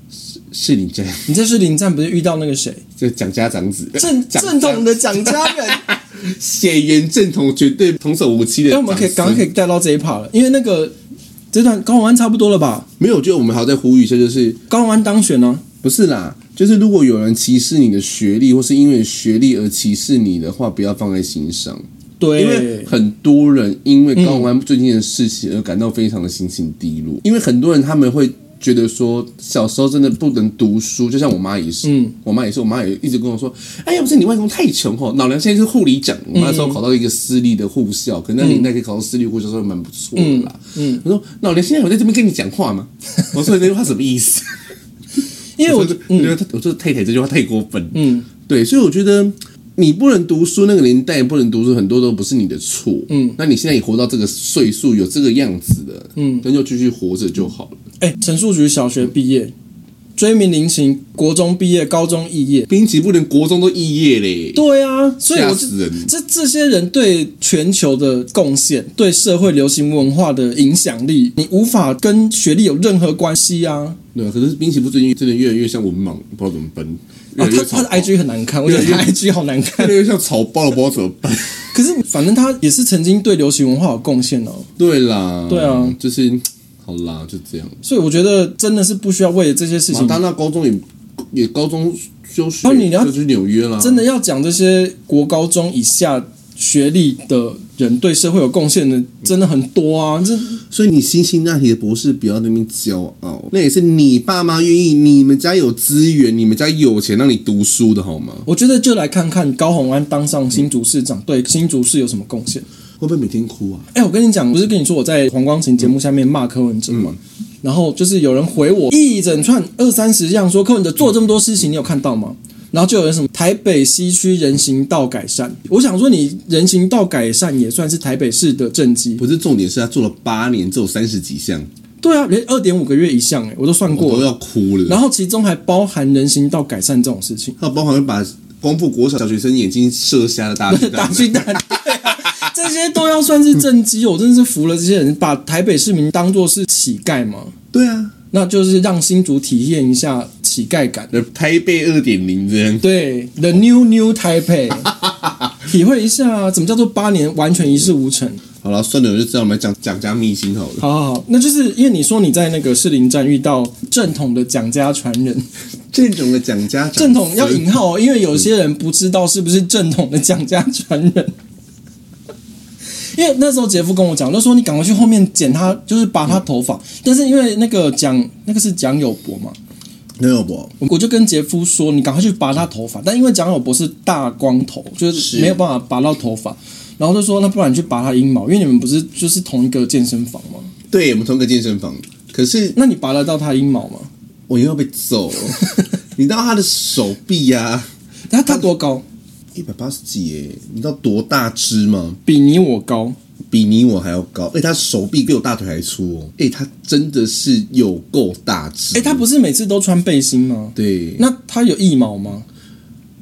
是你 这样你在士林站不是遇到那个谁这蒋家长子，正蒋正统的蒋家人？ 血缘正统，绝对童叟无欺的那长我们子。可以刚刚可以带到这一 part 了，因为那个这段高宏安差不多了吧？没有，我觉得我们还要再呼吁一下，就是高宏安当选啊呢、不是啦，就是如果有人歧视你的学历，或是因为你学历而歧视你的话，不要放在心上，对，因为很多人因为高宏安最近的事情而感到非常的心情低落，因为很多人他们会。觉得说小时候真的不能读书，就像我妈也是，嗯我妈也是，我妈也一直跟我说，哎呀，不是你外公太穷哦，老娘现在是护理长，我妈那时候考到一个私立的护校，可能那年代可以考到私立护校，算蛮不错的啦。嗯，我说老娘现在有在这边跟你讲话吗？我说你这句话什么意思？因为我我觉得，我觉得他，我觉得太太这句话太过分。嗯，对，所以我觉得你不能读书，那个年代不能读书，很多都不是你的错。嗯，那你现在也活到这个岁数，有这个样子的，嗯，那就继续活着就好了。哎，陈树菊小学毕业，追名林琴国中毕业，高中肄业。兵棋不能国中都肄业嘞，对啊，所以我吓就死人！这这些人对全球的贡献，对社会流行文化的影响力，你无法跟学历有任何关系啊！对啊，可是兵棋不最近真的越来越像文盲，不知道怎么分，越啊，来越他草他的包，越 IG 很难看，我觉得他 IG 好难看 来。越像草包了，不知道怎么办。可是反正他也是曾经对流行文化有贡献哦，对 啦，对啊，就是好啦，就这样。所以我觉得真的是不需要为了这些事马情，丹娜高中也也高中休学，哦你了就去纽约啦，真的要讲这些国高中以下学历的人对社会有贡献的，真的很多啊！这所以你辛辛那提的博士不要在那边骄傲，哦那也是你爸妈愿意，你们家有资源，你们家有钱让你读书的好吗？我觉得就来看看高宏安当上新竹市长对新竹市有什么贡献。会不会每天哭啊？哎，我跟你讲，不是跟你说我在黄光琴节目下面骂柯文哲吗？嗯然后就是有人回我一整串二三十样说柯文哲做这么多事情，你有看到吗？然后就有人什么台北西区人行道改善，我想说你人行道改善也算是台北市的政绩，不是重点是他做了八年，只有三十几 项，对啊，连二点五个月以上哎、我都算我过都了。要哭了。然后其中还包含人行道改善这种事 情，他包含会把光复国小小学生眼睛射瞎的大巨打蛋，巨蛋， 对啊，这些都要算是政绩，我真的是服了这些人，把台北市民当做是乞丐嘛，对啊，那就是让新竹体验一下乞丐感。台北二点零这样。对，The New New Taipei，体会一下怎么叫做八年完全一事无成。好了，算了，我就知道我们讲讲家秘辛好了。好好好，那就是因为你说你在那个士林站遇到正统的蒋家传人，正统的蒋家长正统要引号、哦，因为有些人不知道是不是正统的蒋家传人。因为那时候杰夫跟我讲，就说你赶快去后面剪他，就是拔他头发。但是因为那个蒋，那个是蒋友柏嘛，没有不？我我就跟杰夫说，你赶快去拔他头发。但因为蒋友柏是大光头，就是是没有办法拔到头发。然后就说，那不然你去拔他阴毛，因为你们不是就是同一个健身房吗？对，我们同个健身房，可是那你拔得到他阴毛吗？我又要被揍 了。你知道他的手臂呀、啊，他哎他多高？一百八十几耶，你知道多大只吗？比你我高。比你我还要高。哎、他手臂比我大腿还粗哦。哎、他真的是有够大只。哎，他不是每次都穿背心吗？对，那他有腋毛吗？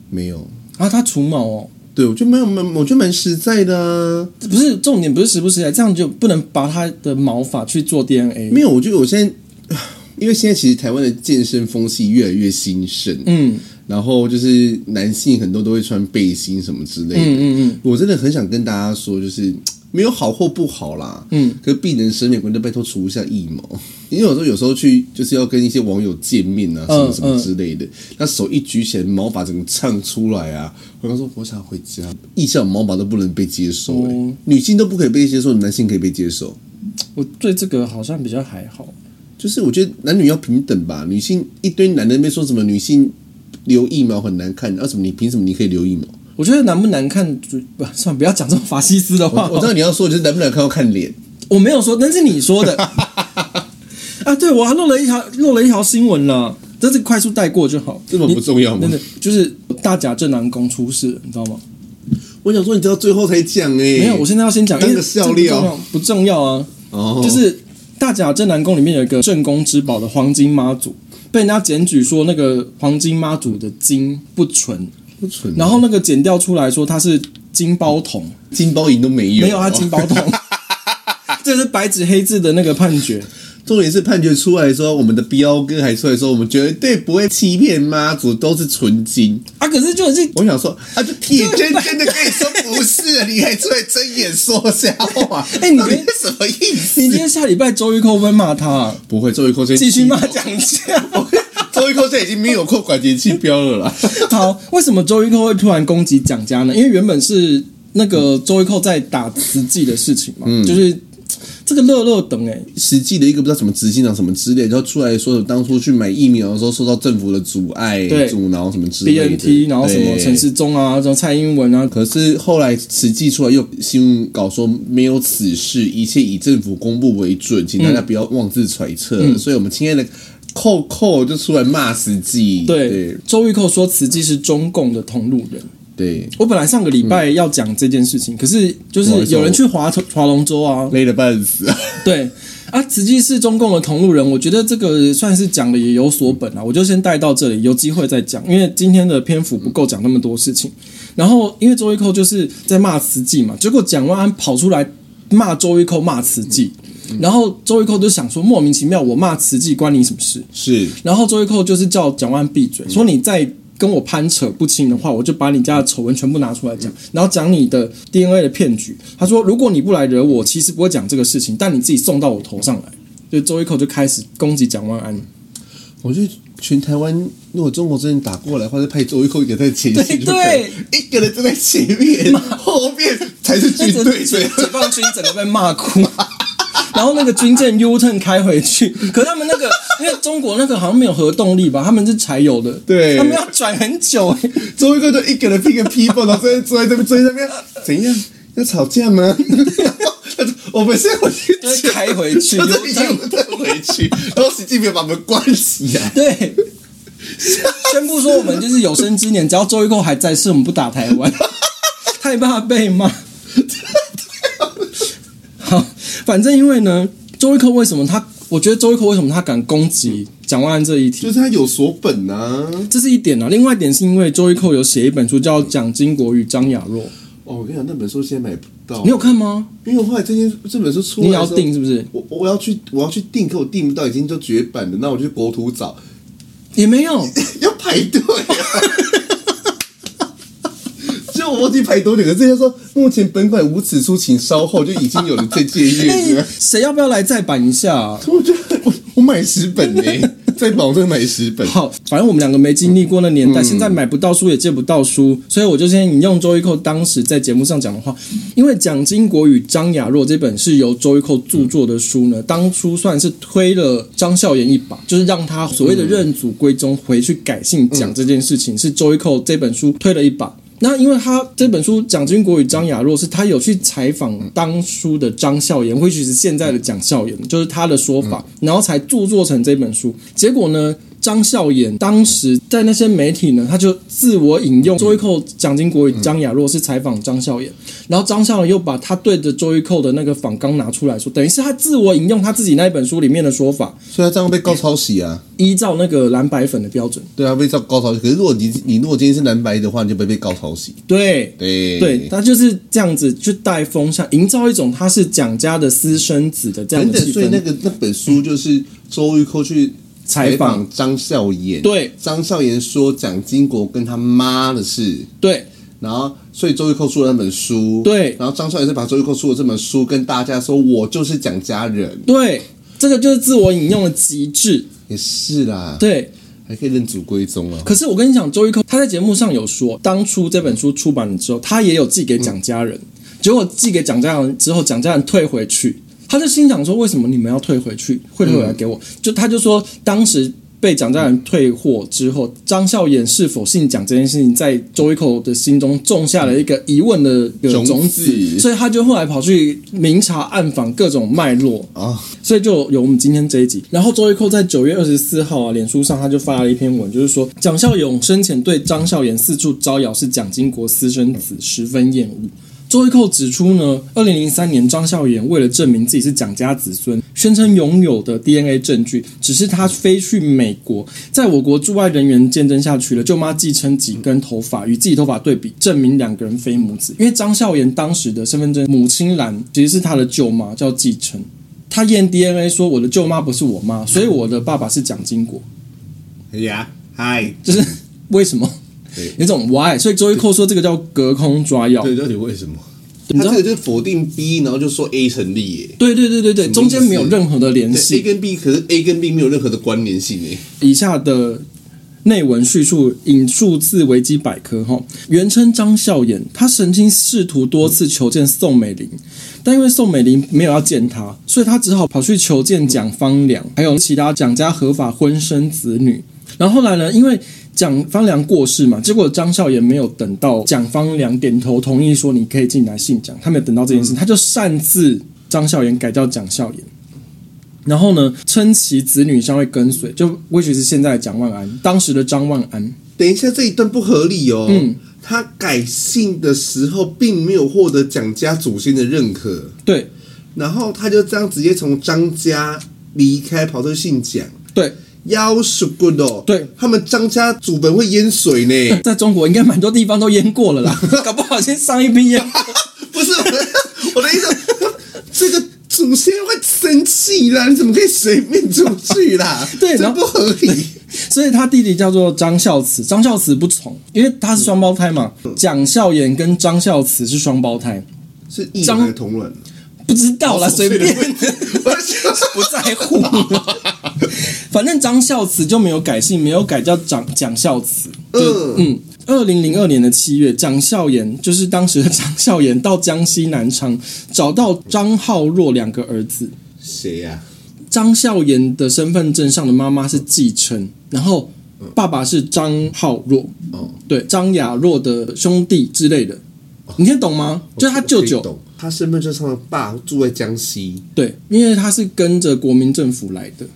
没有。啊，他除毛哦，对，我觉得蛮蛮，我觉得蛮实在的啊。不是重点，不是实不实在，这样就不能拔他的毛发去做 DNA。没有，我觉得我现在， 因为现在其实台湾的健身风气越来越兴盛，嗯，然后就是男性很多都会穿背心什么之类的。嗯嗯嗯，我真的很想跟大家说，就是。没有好或不好啦，嗯，可是必能审美观就拜托除一下腋毛， 因为有时候有时候去就是要跟一些网友见面啊，什么嗯什么嗯之类的，那手一举起来，毛发整个唱出来啊，我刚说我想回家，腋下有毛发都不能被接受、欸哦女性都不可以被接受，男性可以被接受，我对这个好像比较还好。就是我觉得男女要平等吧，女性一堆男的在那边说什么女性留腋毛很难看，然后啊什么你凭什么你可以留腋毛？我觉得难不难看，就不算了不要讲这种法西斯的话。我知道你要说就是难不难看要看脸，我没有说，那是你 说的。啊，对，我还漏了一条，漏了一条新闻了，但是快速带过就好。这么不重要吗真？的就是大甲镇南宫出事了，你知道吗？我想说你知道最后才讲哎、没有，我现在要先讲，因当为个这笑不重料要，不重要啊。哦，就是大甲镇南宫里面有一个镇宫之宝的黄金妈祖，被人家检举说那个黄金妈祖的金不纯，不蠢啊，然后那个检调出来说它是金包铜，哦金包银都没有，哦 没有它金包铜，这是白纸黑字的那个判决。重点是判决出来说，我们的彪哥还出来说，我们绝对不会欺骗妈祖，都是纯金。啊，可是就是我想说，啊，就铁铮铮的跟你说不是，你还出来睁眼说瞎话？ 哎你到底别是什么意思？你今天下礼拜周一扣分骂他、不会，周瑜扣这继续骂蒋家。 周瑜扣这已经没有扣管节气标了啦。 好，为什么周一扣会突然攻击蒋家呢？因为原本是那个周一扣在打慈济的事情嘛，就是这个乐乐等哎、实际的一个不知道什么执行长什么之类，然后出来说当初去买疫苗的时候受到政府的阻碍、对阻挠什么之类的 BNT，然后什么对陈世忠啊，然后蔡英文啊，可是后来实际出来又新闻稿说没有此事，一切以政府公布为准，请嗯大家不要妄自揣测。所以我们亲爱的扣扣就出来骂实际，对对，周玉蔻说慈济是中共的同路人。对，我本来上个礼拜要讲这件事情，可是就是有人去划划龙舟啊，累得半死。 对啊，慈济是中共的同路人，我觉得这个算是讲的也有所本啊，我就先带到这里，有机会再讲，因为今天的篇幅不够讲那么多事情。然后因为周玉蔻就是在骂慈济嘛，结果蒋万安跑出来骂周玉蔻骂慈济，然后周玉蔻就想说莫名其妙，我骂慈济关你什么事？是然后周玉蔻就是叫蒋万安闭嘴，说你再跟我攀扯不清的话，我就把你家的丑闻全部拿出来讲，然后讲你的 DNA 的骗局。他说，如果你不来惹我，其实不会讲这个事情，但你自己送到我头上来。就周玉蔻就开始攻击蒋万安，我觉得全台湾，如果中国真的打过来的话，就派周一扣一个在前对线，就可对以一个人站在前面，后面才是军队，所以解放军整个被骂哭。然后那个军舰 U turn 开回去，可他们那个因为中国那个好像没有核动力吧，他们是柴油的，对他们要转很久、欸，周一扣就一个人披个披风，然后在坐在这边，坐在那边，怎样？要吵架吗？他说我们现在回去就是开回去他就已经不再回去，然后习近平把门关起来。 对，宣布说我们就是有生之年，只要周玉蔻还在世，我们不打台湾，太怕被骂。好，反正因为呢，周玉蔻为什么他？我觉得周玉蔻为什么他敢攻击蒋万安这一题就？是他有所本啊！这是一点啊，另外一点是因为周玉蔻有写一本书叫《蒋经国与张雅若》，哦，我跟你讲，那本书现在买不到你，有看吗？因为我后来这件这本书出来你的也时候，要订是不是？我我要去我要去订，可我订不到，已经就绝版了。那我就去国图找， 也没有，要排队、啊。 就我忘记排多久，可是他说目前本馆无此书，请稍后，就已经有了这借阅 哎了。谁要不要来再版一下、啊？ 我觉得我我买十本呢、 在保证买十本。好，反正我们两个没经历过那年代，现在买不到书也借不到书，所以我就先引用周玉蔻当时在节目上讲的话，因为《蒋经国与张雅若》这本是由周玉蔻著作的书呢，当初算是推了张孝炎一把，就是让他所谓的认祖归宗，回去改姓蒋这件事情，是周玉蔻这本书推了一把。那因为他这本书《蒋经国与张雅若》是他有去采访当初的张孝炎，或许是现在的蒋孝炎，就是他的说法，然后才著作成这本书。结果呢，张孝炎当时在那些媒体呢，他就自我引用周玉蔻《蒋经国与张雅若》是采访张孝炎，然后张孝炎又把他对着周玉蔻的那个访纲拿出来说，等于是他自我引用他自己那一本书里面的说法，所以他这样被告抄袭啊，依照那个蓝白粉的标准。对啊，被告告抄袭。可是如果你你如果今天是蓝白的话，你就不会被告抄袭。对，对对，他就是这样子去带风向，营造一种他是蒋家的私生子的这样等的等，气所以那氛。个那本书就是周玉蔻去采访张孝炎，对张孝炎说蒋经国跟他妈的事，对然后所以周玉蔻出了那本书，对然后张孝炎是把周玉蔻出的这本书跟大家说，我就是蒋家人，对，这个就是自我引用的极致。也是啦，对，还可以认祖归宗啊，可是我跟你讲，周玉蔻他在节目上有说，当初这本书出版了之后，他也有寄给蒋家人，结果寄给蒋家人之后，蒋家人退回去，他就心想说，为什么你们要退回去，会退回来给我？就他就说，当时被蒋家人退货之后，张孝炎是否姓蒋这件事情，在周玉蔻的心中种下了一个疑问的一个种种子子，所以他就后来跑去明察暗访各种脉络，啊，所以就有我们今天这一集。然后周玉蔻在九月二十四号啊，脸书上他就发了一篇文，就是说蒋孝勇生前对张孝炎四处招摇是蒋经国私生子，十分厌恶。周玉蔻指出呢，二零零三年张孝炎为了证明自己是蒋家子孙，宣称拥有的 DNA 证据，只是他飞去美国，在我国驻外人员见证下取了舅妈继称几根头发，与自己头发对比，证明两个人非母子。因为张孝炎当时的身份证母亲栏其实是他的舅妈，叫继承。他验 DNA 说我的舅妈不是我妈，所以我的爸爸是蒋经国，哎呀，嗨，就是为什么对？有一种 why，所以周一蔻说这个叫隔空抓药，对，到底为什么？你哦他知道这个？就是否定 B，然后就说 A 成立耶。对对对对对，么意思中间没有任何的联对，A 系。跟 B，可是 A 跟 B 没有任何的关联性诶。以下的内文叙述引述自维基百科哈，原称张孝衍，他曾经试图多次求见宋美龄，但因为宋美龄没有要见他，所以他只好跑去求见蒋方良，还有其他蒋家合法婚生子女。然后后来呢，因为蒋方良过世嘛，结果张孝炎没有等到蒋方良点头同意说你可以进来姓蒋，他没有等到这件事，他就擅自张孝炎改叫蒋孝炎。然后呢，称其子女相会跟随，就 which 是现在的蒋万安，当时的张万安，等一下，这一段不合理哦。嗯，他改姓的时候并没有获得蒋家祖先的认可，对然后他就这样直接从张家离开，跑去姓蒋。对， 要是 good 哦，对，，他们张家祖坟会淹水呢 在中国应该蛮多地方都淹过了啦， 搞不好先上一批淹过。 不是 我的意思，这个祖先会生气啦，你怎么可以随便出去啦？ 对这然后不合 理。所以他弟弟叫做张孝慈，张孝慈不从，因为他是双胞胎嘛。蒋孝严跟张孝慈是双胞胎，是异张男还是同卵？不知道啦，啊随便，我想不在乎。 反正张孝慈就没有改姓，没有改叫蒋蒋孝慈。嗯，嗯，二零零二年的七月，蒋孝严就是当时的张孝严到江西南昌找到张浩若两个儿子。谁呀？张孝严的身份证上的妈妈是继承，然后爸爸是张浩若，哦，对张雅若的兄弟之类的，你听得懂吗？就是他舅我可以舅，懂，他身份证上的爸住在江西，对，因为他是跟着国民政府来的。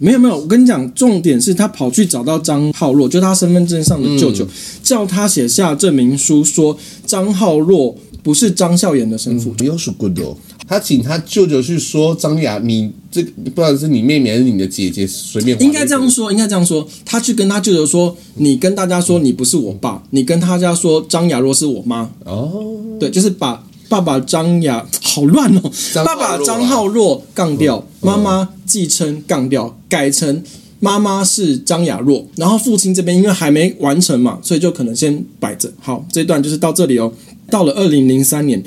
没有没有，我跟你讲，重点是他跑去找到张浩若，就是他身份证上的舅舅，叫他写下证明书，说张浩若不是张孝炎的生父。你要是 good 哦。他请他舅舅去说张雅，你这个不管是你妹妹还是你的姐姐，随便应该这样说，应该这样说。他去跟他舅舅说：“你跟大家说你不是我爸，你跟大家说张雅若是我妈。”哦。对，就是把爸爸张雅好乱哦，张爸浩若啊嗯爸张浩若杠掉，妈妈继承杠掉，改成妈妈是张雅若，然后父亲这边因为还没完成嘛，所以就可能先摆着。好，这一段就是到这里哦。到了二零零三年，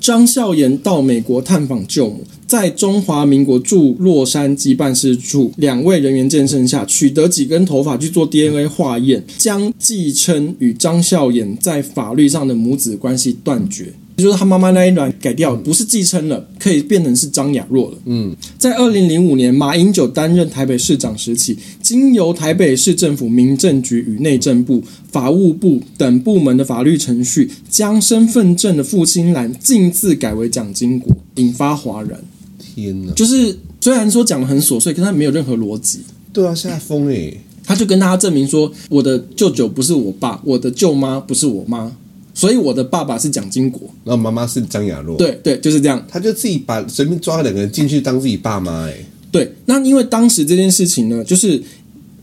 张孝炎到美国探访舅母，在中华民国驻洛杉矶办事处两位人员见证下，取得几根头发去做 DNA 化验，将继称与张孝炎在法律上的母子关系断绝。也就是他妈妈那一段改掉，不是继称了，可以变成是张雅若了。嗯，在二零零五年，马英九担任台北市长时期，经由台北市政府民政局与内政部、法务部等部门的法律程序，将身份证的父亲栏径自改为蒋经国，引发哗然。天哪！就是虽然说讲的很琐碎，可是他没有任何逻辑。对啊，下风哎、欸，他就跟大家证明说，我的舅舅不是我爸，我的舅妈不是我妈，所以我的爸爸是蒋经国。然后妈妈是张雅若，，对对，就是这样。他就自己把随便抓两个人进去当自己爸妈哎、对，那因为当时这件事情呢，就是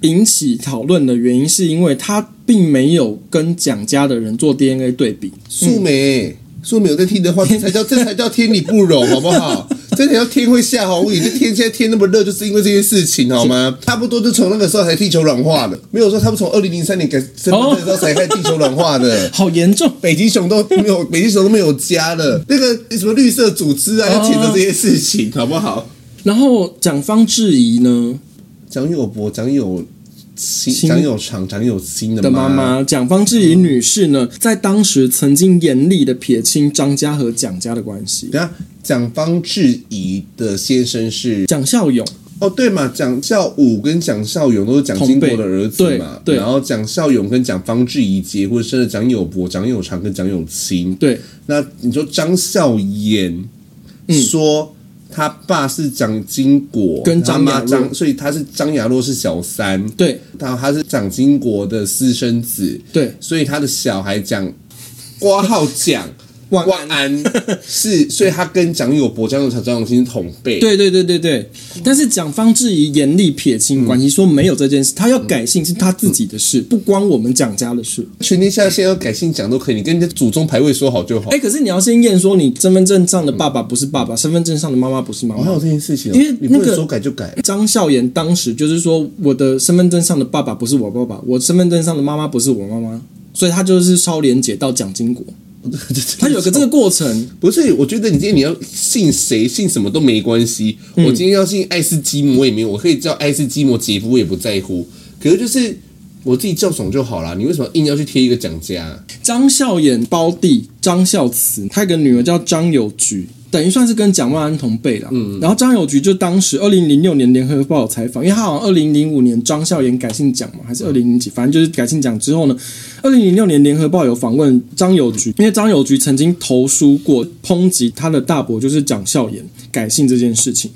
引起讨论的原因，是因为他并没有跟蒋家的人做 DNA 对比。素梅、欸，素梅有在听 的话，这才叫这才叫天理不容，好不好？这才叫天会下红雨，这天现在天那么热，就是因为这件事情，好吗？差不多就从那个时候才地球软化的，没有说他们从二零零三年哦改身份证的时候才开始地球软 化的。好严重，北极熊都没有，北极熊都没有家了。那个什么绿色组织哦啊，要谴责这些事情，好不好？然后蒋方质疑呢蒋友柏、蒋友新、新蒋友长、蒋友新的的妈妈，妈，蒋方质疑女士呢，在当时曾经严厉的撇清张家和蒋家的关系。等一下蒋方志怡的先生是蒋孝勇，哦，对嘛，蒋孝武跟蒋孝勇都是蒋经国的儿子嘛同辈。对对然后蒋孝勇跟蒋方志怡结婚，生了蒋友柏、蒋友长跟蒋友新。对那你说张孝炎说他爸是蒋经国，嗯跟张他妈雅若张，所以他是张雅若是小三，对他他是蒋经国的私生子，对，所以他的小孩蒋挂号蒋万万安是，所以他跟蒋友柏、蒋友才、张永新是同辈。，对对对对对，但是蒋方智怡严厉撇清关系，说没有这件事，他要改姓是他自己的事，不关我们蒋家的事。全天下现在要改姓蒋都可以，你跟人家祖宗牌位说好就好。哎，可是你要先验说你身份证上的爸爸不是爸爸，身份证上的妈妈不是妈哦，还妈有。这件事情哦，因为你不那个能说改就改。张孝言当时就是说，我的身份证上的爸爸不是我爸爸，我身份证上的妈妈不是我妈妈，所以他就是超连结到蒋经国， 他有个这个过程。 不是，我觉得你今天你要姓谁姓什么都没关系。嗯我今天要姓爱斯基摩也没有，我可以叫爱斯基摩姐夫，我也不在乎。可是就是我自己叫爽就好啦，你为什么硬要去贴一个蒋家？张孝言胞弟张孝慈，他有个女儿叫张友菊，等于算是跟蒋万安同辈了。嗯，然后张友菊就当时二零零六年联合报有采访，因为他好像二零零五年张孝言改姓蒋嘛，还是二零零几，反正就是改姓蒋之后呢，二零零六年联合报有访问张友菊，因为张友菊曾经投书过抨击他的大伯就是蒋孝严改姓这件事情。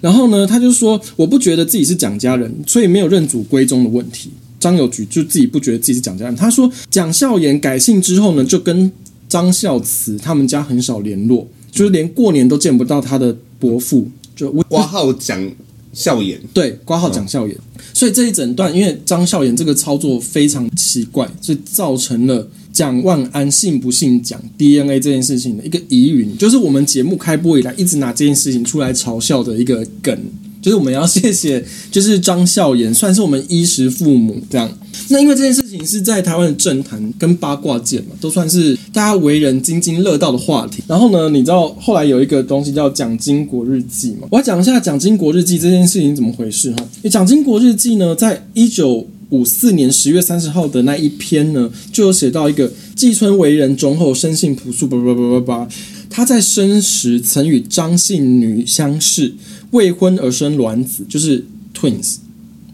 然后呢，他就说我不觉得自己是蒋家人，所以没有认祖归宗的问题。张友菊就自己不觉得自己是蒋家人，他说蒋孝严改姓之后呢，就跟张孝慈他们家很少联络，就是连过年都见不到他的伯父，就挂号蒋笑眼，对，挂号蒋孝严。所以这一整段，因为张孝严这个操作非常奇怪，所以造成了蒋万安信不信蒋 DNA 这件事情的一个疑云，就是我们节目开播以来一直拿这件事情出来嘲笑的一个梗。就是我们要谢谢，就是张孝严，算是我们衣食父母这样。那因为这件事情是在台湾的政坛跟八卦界嘛，都算是大家为人津津乐道的话题。然后呢，你知道后来有一个东西叫《蒋经国日记》嘛？我要讲一下《蒋经国日记》这件事情怎么回事哈。因为《蒋经国日记》呢，在一九五四年十月三十号的那一篇呢，就有写到一个季春为人忠厚，生性朴素，叭叭叭叭叭。他在生时曾与张姓女相识，未婚而生卵子，就是 twins，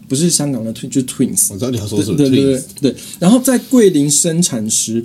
不是香港的 twin，就是 twins。我知道你要说什么。对对对对对。然后在桂林生产时，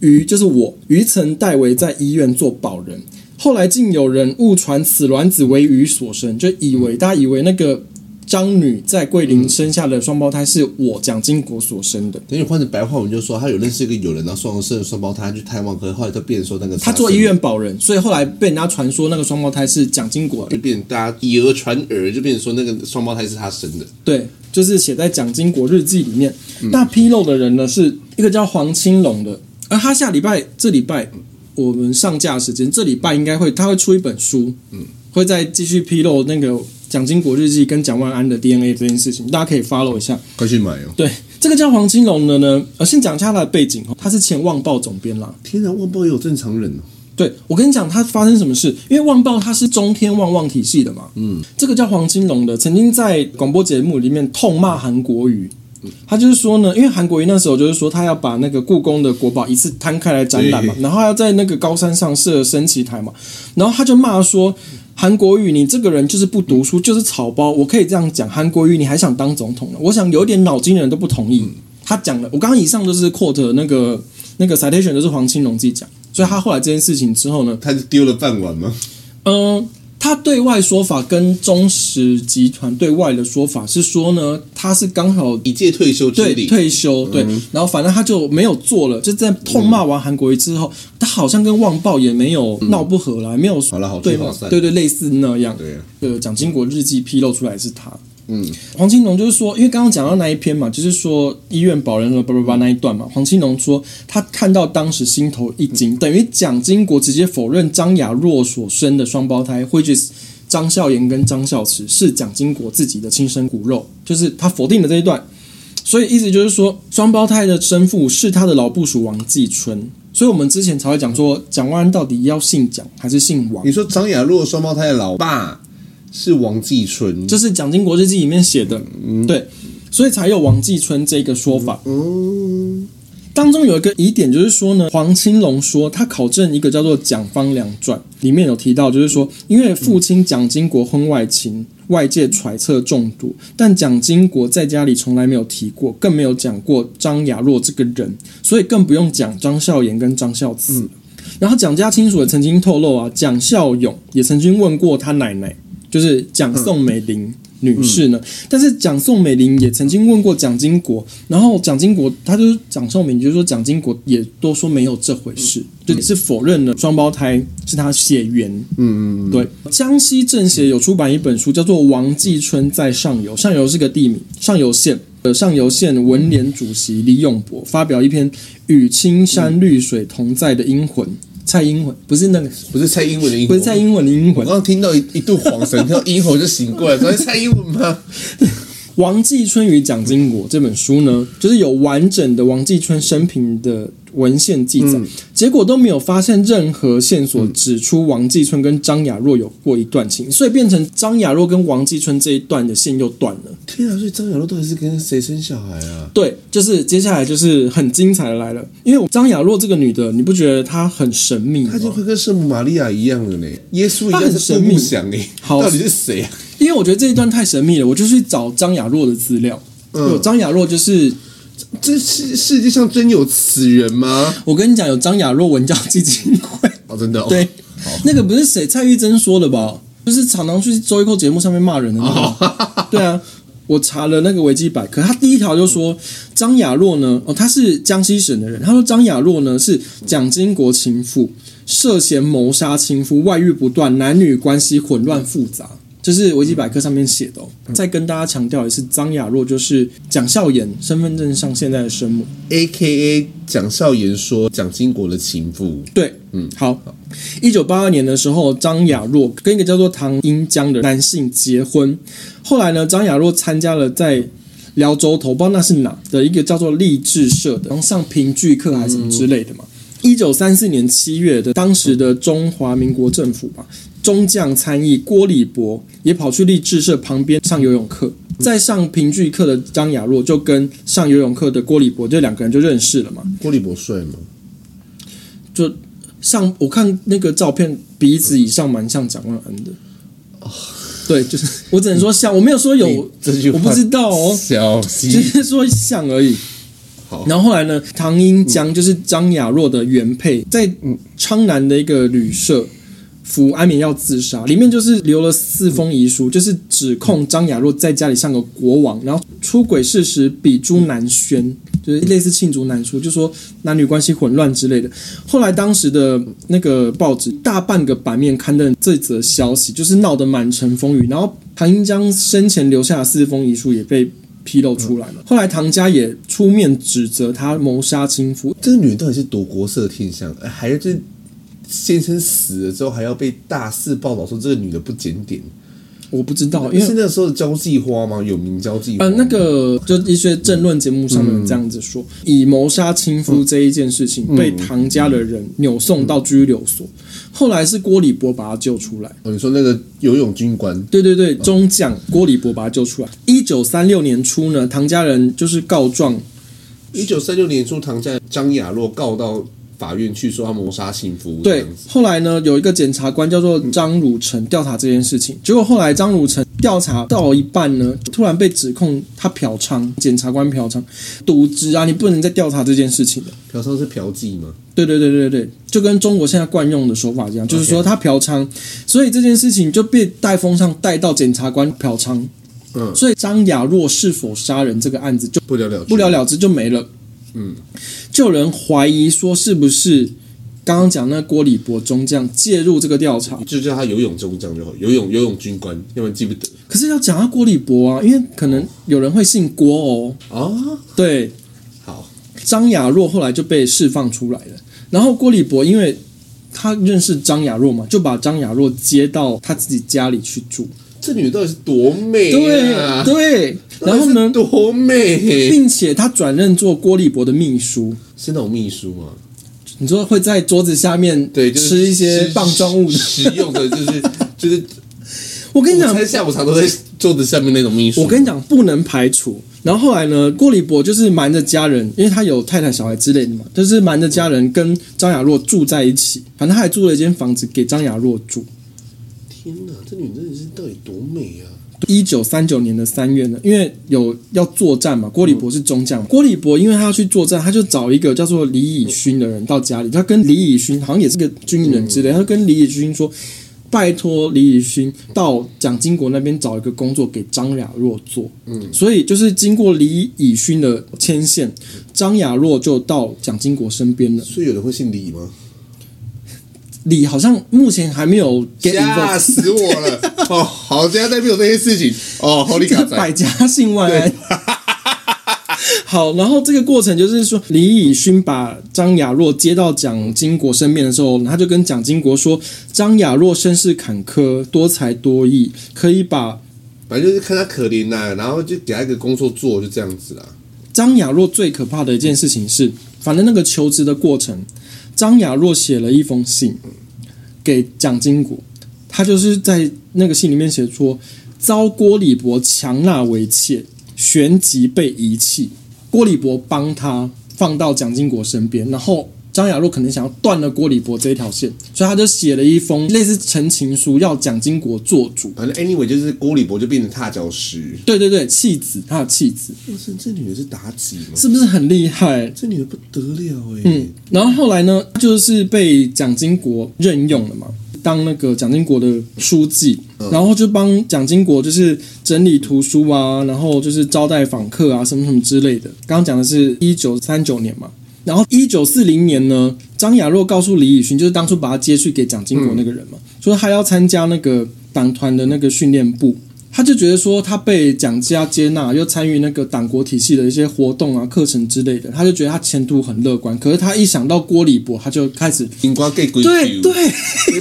于就是我于曾代为在医院做保人，后来竟有人误传此卵子为鱼所生，就以为、大家以为那个张女在桂林生下的双胞胎是我蒋经国所生的。等你换成白话文就说，他有认识一个友人，然后双生双胞胎去探望，可是后来就变成说那个他做医院保人，所以后来被人家传说那个双胞胎是蒋经国就变成大家以讹传讹，就变成说那个双胞胎是他生的。对，就是写在《蒋经国日记》里面。那披露的人呢，是一个叫黄青龙的，而他下礼拜这礼拜我们上架的时间，这礼拜应该会他会出一本书，嗯，会再继续披露那个《蒋经国日记》跟蒋万安的 DNA 这件事情，大家可以 follow 一下。快去买哦！对，这个叫黄青龙的呢，呃，先讲一下他的背景哦，他是前《旺报》总编啦，天哪，万报也有正常人哦。对，我跟你讲，它发生什么事？因为旺报它是中天旺旺体系的嘛，嗯，这个叫黄金龙的，曾经在广播节目里面痛骂韩国瑜，他就是说呢，因为韩国瑜那时候就是说他要把那个故宫的国宝一次摊开来展览嘛，然后要在那个高山上设升旗台嘛，然后他就骂说韩国瑜你这个人就是不读书，就是草包，我可以这样讲，韩国瑜你还想当总统呢？我想有点脑筋的人都不同意，他讲了，我刚刚以上都是 quote 那个那个 citation 都是黄青龙自己讲。所以他后来这件事情之后呢，他就丢了饭碗吗？嗯，他对外说法跟中石集团对外的说法是说呢，他是刚好一届退休之对礼，嗯退休，对，然后反正他就没有做了，就在痛骂完韩国瑜之后，他好像跟旺报也没有闹不和啦，没有嗯好了好聚对好吗散？对对，类似那样。对啊呃，蒋经国日记披露出来是他。嗯，黄青龙就是说，因为刚刚讲到那一篇嘛，就是说医院保人了叭叭叭那一段嘛，黄青龙说他看到当时心头一嗯惊，等于蒋经国直接否认张雅若所生的双胞胎，which is 张孝言跟张孝慈是蒋经国自己的亲生骨肉，就是他否定了这一段。所以意思就是说，双胞胎的生父是他的老部属王继春。所以我们之前才会讲说，蒋万安到底要姓蒋还是姓王？你说张雅若双胞胎的老爸是王继春，这是《蒋经国日记》里面写的，对，所以才有王继春这个说法。当中有一个疑点，就是说呢，黄青龙说他考证一个叫做《蒋方两传》，里面有提到，就是说，因为父亲蒋经国婚外情，外界揣测中毒，但蒋经国在家里从来没有提过，更没有讲过张雅若这个人，所以更不用讲张孝言跟张孝慈。然后蒋家亲属也曾经透露啊，蒋孝勇也曾经问过他奶奶，就是蒋宋美龄，女士呢？但是蒋宋美龄也曾经问过蒋经国，然后蒋经国他就是蒋宋美龄就说蒋经国也都说没有这回事，就也是否认了双胞胎是他血缘。嗯嗯嗯，对。江西政协有出版一本书，叫做《王继春在上游》，上游是个地名，上游县。呃，上游县文联主席李永博发表一篇《与青山绿水同在的英魂》，蔡英魂不是那个，不是蔡英文的英不国是蔡英文的英我魂，刚刚听到一一度恍神，听到英文就醒过来，说哎蔡英文吗？ 王继春与蒋经国这本书呢，就是有完整的王继春生平的文献记嗯载，结果都没有发现任何线索指出王继春跟张雅若有过一段情，所以变成张雅若跟王继春这一段的线又断了。天啊！所以张小璐到底是跟谁生小孩啊？对，就是接下来就是很精彩的来了，因为张雅若这个女的，你不觉得她很神秘吗他？就快跟圣母玛利亚一样了呢，耶稣一他样很是神不秘想哎，好到底是谁啊？因为我觉得这一段太神秘了，我就去找张雅若的资料。嗯有张雅若就是这世世界上真有此人吗？我跟你讲，有张雅若文教基金会。哦，真的、哦，对，那个不是谁蔡玉珍说的吧？就是常常去周一扣节目上面骂人的那哦个。 对啊，我查了那个维基百科，他第一条就说张雅若呢，哦，他是江西省的人，他说张雅若呢是蒋经国情妇，涉嫌谋杀亲夫，外遇不断，男女关系混乱复杂。就是维基百科上面写的、哦。嗯再跟大家强调一次，张雅若就是蒋孝严身份证上现在的生母。 ，A K A 蒋孝严说蒋经国的情妇，对，嗯，好。一九八二年的时候，张雅若跟一个叫做唐英江的男性结婚。后来呢，张雅若参加了在辽州头，不知道那是哪的一个叫做励志社的，然后上评剧课还是什么之类的嘛。一九三四年七月的，当时的中华民国政府吧，中将参议郭礼博也跑去励志社旁边上游泳课。在上评剧课的张雅若就跟上游泳课的郭礼博这两个人就认识了嘛。郭立博帅吗？就上我看那个照片，鼻子以上蛮像蒋万安的。对，就是我只能说像，我没有说有你这句，话我不知道哦，小只心，是说像而已。好然后后来呢，唐英江就是张雅若的原配，在昌南的一个旅社服安眠药自杀，里面就是留了四封遗书，就是指控张雅若在家里像个国王，然后出轨事实比诸南宣，就是类似罄竹难书，就说男女关系混乱之类的。后来当时的那个报纸大半个版面刊登这则消息，就是闹得满城风雨，然后唐英江生前留下的四封遗书也被。披露出来了。后来唐家也出面指责他谋杀亲夫，这个女人到底是多国色天香？呃还是先生死了之后还要被大肆报道说这个女的不检点？我不知道，因为是那时候的交际花吗？有名交际花呃，吗？那个就一些政论节目上面有这样子说，嗯以谋杀亲夫这一件事情、被唐家的人扭送到拘留所，后来是郭礼博把他救出来。哦，你说那个游泳军官，对对对，中将郭礼博把他救出来。一九三六年初呢，唐家人就是告状，一九三六年初，唐家张雅若告到法院去说他谋杀亲夫，这对样子，嗯后来呢有一个检察官叫做张汝成调查这件事情，结果后来张汝成调查到一半呢，突然被指控他嫖娼，检察官嫖娼、渎职啊，你不能再调查这件事情了。嫖娼是嫖妓吗？对对对对对，就跟中国现在惯用的手法一样，就是说他嫖娼，所以这件事情就被带风向带到检察官嫖娼，嗯，所以张雅若是否杀人这个案子就不了了之，不了了之就没了。嗯，就有人怀疑说是不是刚刚讲那郭礼博中将介入这个调查，就叫他游泳中将就好，游泳游泳军官，要不然记不得可是要讲到郭礼博啊，因为可能有人会姓郭哦，啊。对，好，张雅若后来就被释放出来了。然后郭礼博因为他认识张雅若嘛，就把张雅若接到他自己家里去住。这女的到底是多美对、啊？对，到然底是后呢，多美，并且他转任做郭礼博的秘书。是那种秘书吗？你说会在桌子下面对，就是吃一些棒状物的？实用的， 就是就是我跟你午讲，餐、下午茶都在桌子下面那种秘书。我跟你讲，不能排除。然后后来呢，郭礼博就是瞒着家人，因为他有太太、小孩之类的嘛，就是瞒着家人跟张雅若住在一起。反正他还租了一间房子给张雅若住。天哪，这女人真的是到底多美啊！一九三九年的三月呢，因为有要作战嘛，郭礼博是中将。郭礼博因为他要去作战，他就找一个叫做李以勋的人到家里，他跟李以勋好像也是个军人之类，他就跟李以勋说。拜托李以勋到蒋经国那边找一个工作给张雅若做。嗯，所以就是经过李以勋的牵线，张雅若就到蒋经国身边了。所以有人会姓李吗？李好像目前还没有 get involved，死我了！ 哦，好家在没有这些事情 哦，好 y 卡百家姓万安。 好，然后这个过程就是说，李以勋把张雅若接到蒋经国身边的时候，他就跟蒋经国说：“张雅若身世坎坷，多才多艺，可以把反正就是看他可怜呐、然后就给他一个工作做，就这样子啦。张雅若最可怕的一件事情是，反正那个求职的过程，张雅若写了一封信给蒋经国，他就是在那个信里面写说，遭郭礼伯强纳为妾，旋即被遗弃。郭礼伯帮他放到蒋经国身边，然后张雅若可能想要断了郭礼伯这一条线，所以他就写了一封类似陈情书，要蒋经国做主。反正 anyway 就是郭礼伯就变成踏脚石。对对对，弃子，他的弃子哇塞，这女的是妲己吗？是不是很厉害？这女的不得了哎、嗯，然后后来呢，他就是被蒋经国任用了嘛，当那个蒋经国的书记，然后就帮蒋经国就是整理图书啊，然后就是招待访客啊，什么什么之类的。刚刚讲的是一九三九年嘛，然后一九四零年呢，张雅若告诉李以勋，就是当初把他接去给蒋经国那个人嘛，说他要参加那个党团的那个训练部。他就觉得说，他被蒋家接纳，又参与那个党国体系的一些活动啊、课程之类的，他就觉得他前途很乐观。可是他一想到郭礼伯，他就开始金瓜盖鬼对对，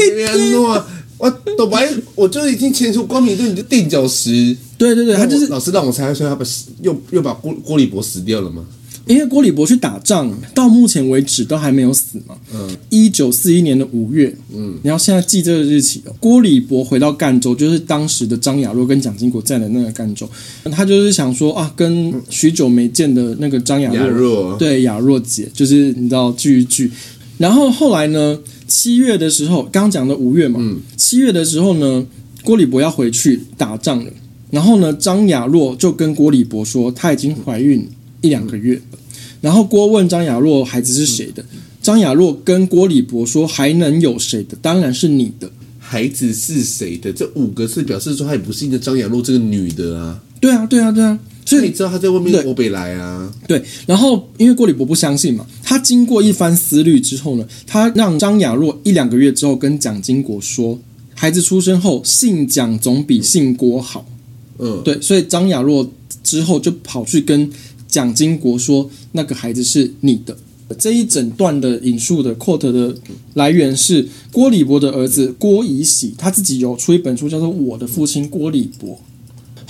对，安诺，我都白，我就已经前途光明，对你就垫脚石。对对对，他就是老师让我猜，说他把又又把郭郭礼伯死掉了吗？因为郭礼伯去打仗，到目前为止都还没有死嘛。嗯，一九四一年的五月，嗯，你要现在记这个日期哦。郭礼伯回到赣州，就是当时的张雅若跟蒋经国在的那个赣州，他就是想说啊，跟许久没见的那个张雅雅若，若对雅若姐，就是你知道聚一聚。然后后来呢，七月的时候，刚刚讲的五月嘛，七月的时候呢，郭礼伯要回去打仗了。然后呢，张雅若就跟郭礼伯说，她已经怀孕一两个月了。然后郭问张雅若孩子是谁的，张雅若跟郭礼伯说，还能有谁的？当然是你的。孩子是谁的？这五个字表示说他也不是一个张雅若这个女的啊。对啊，对啊，对啊。所那以你知道他在外对面欧北来啊？对，然后因为郭礼伯不相信嘛，他经过一番思虑之后呢，他让张雅若一两个月之后跟蒋经国说，孩子出生后姓蒋总比姓郭好。嗯，对，所以张雅若之后就跑去跟蒋经国说，那个孩子是你的。这一整段的引述的 quote 的来源是郭礼伯的儿子郭以喜，他自己有出一本书叫做《我的父亲郭礼伯》。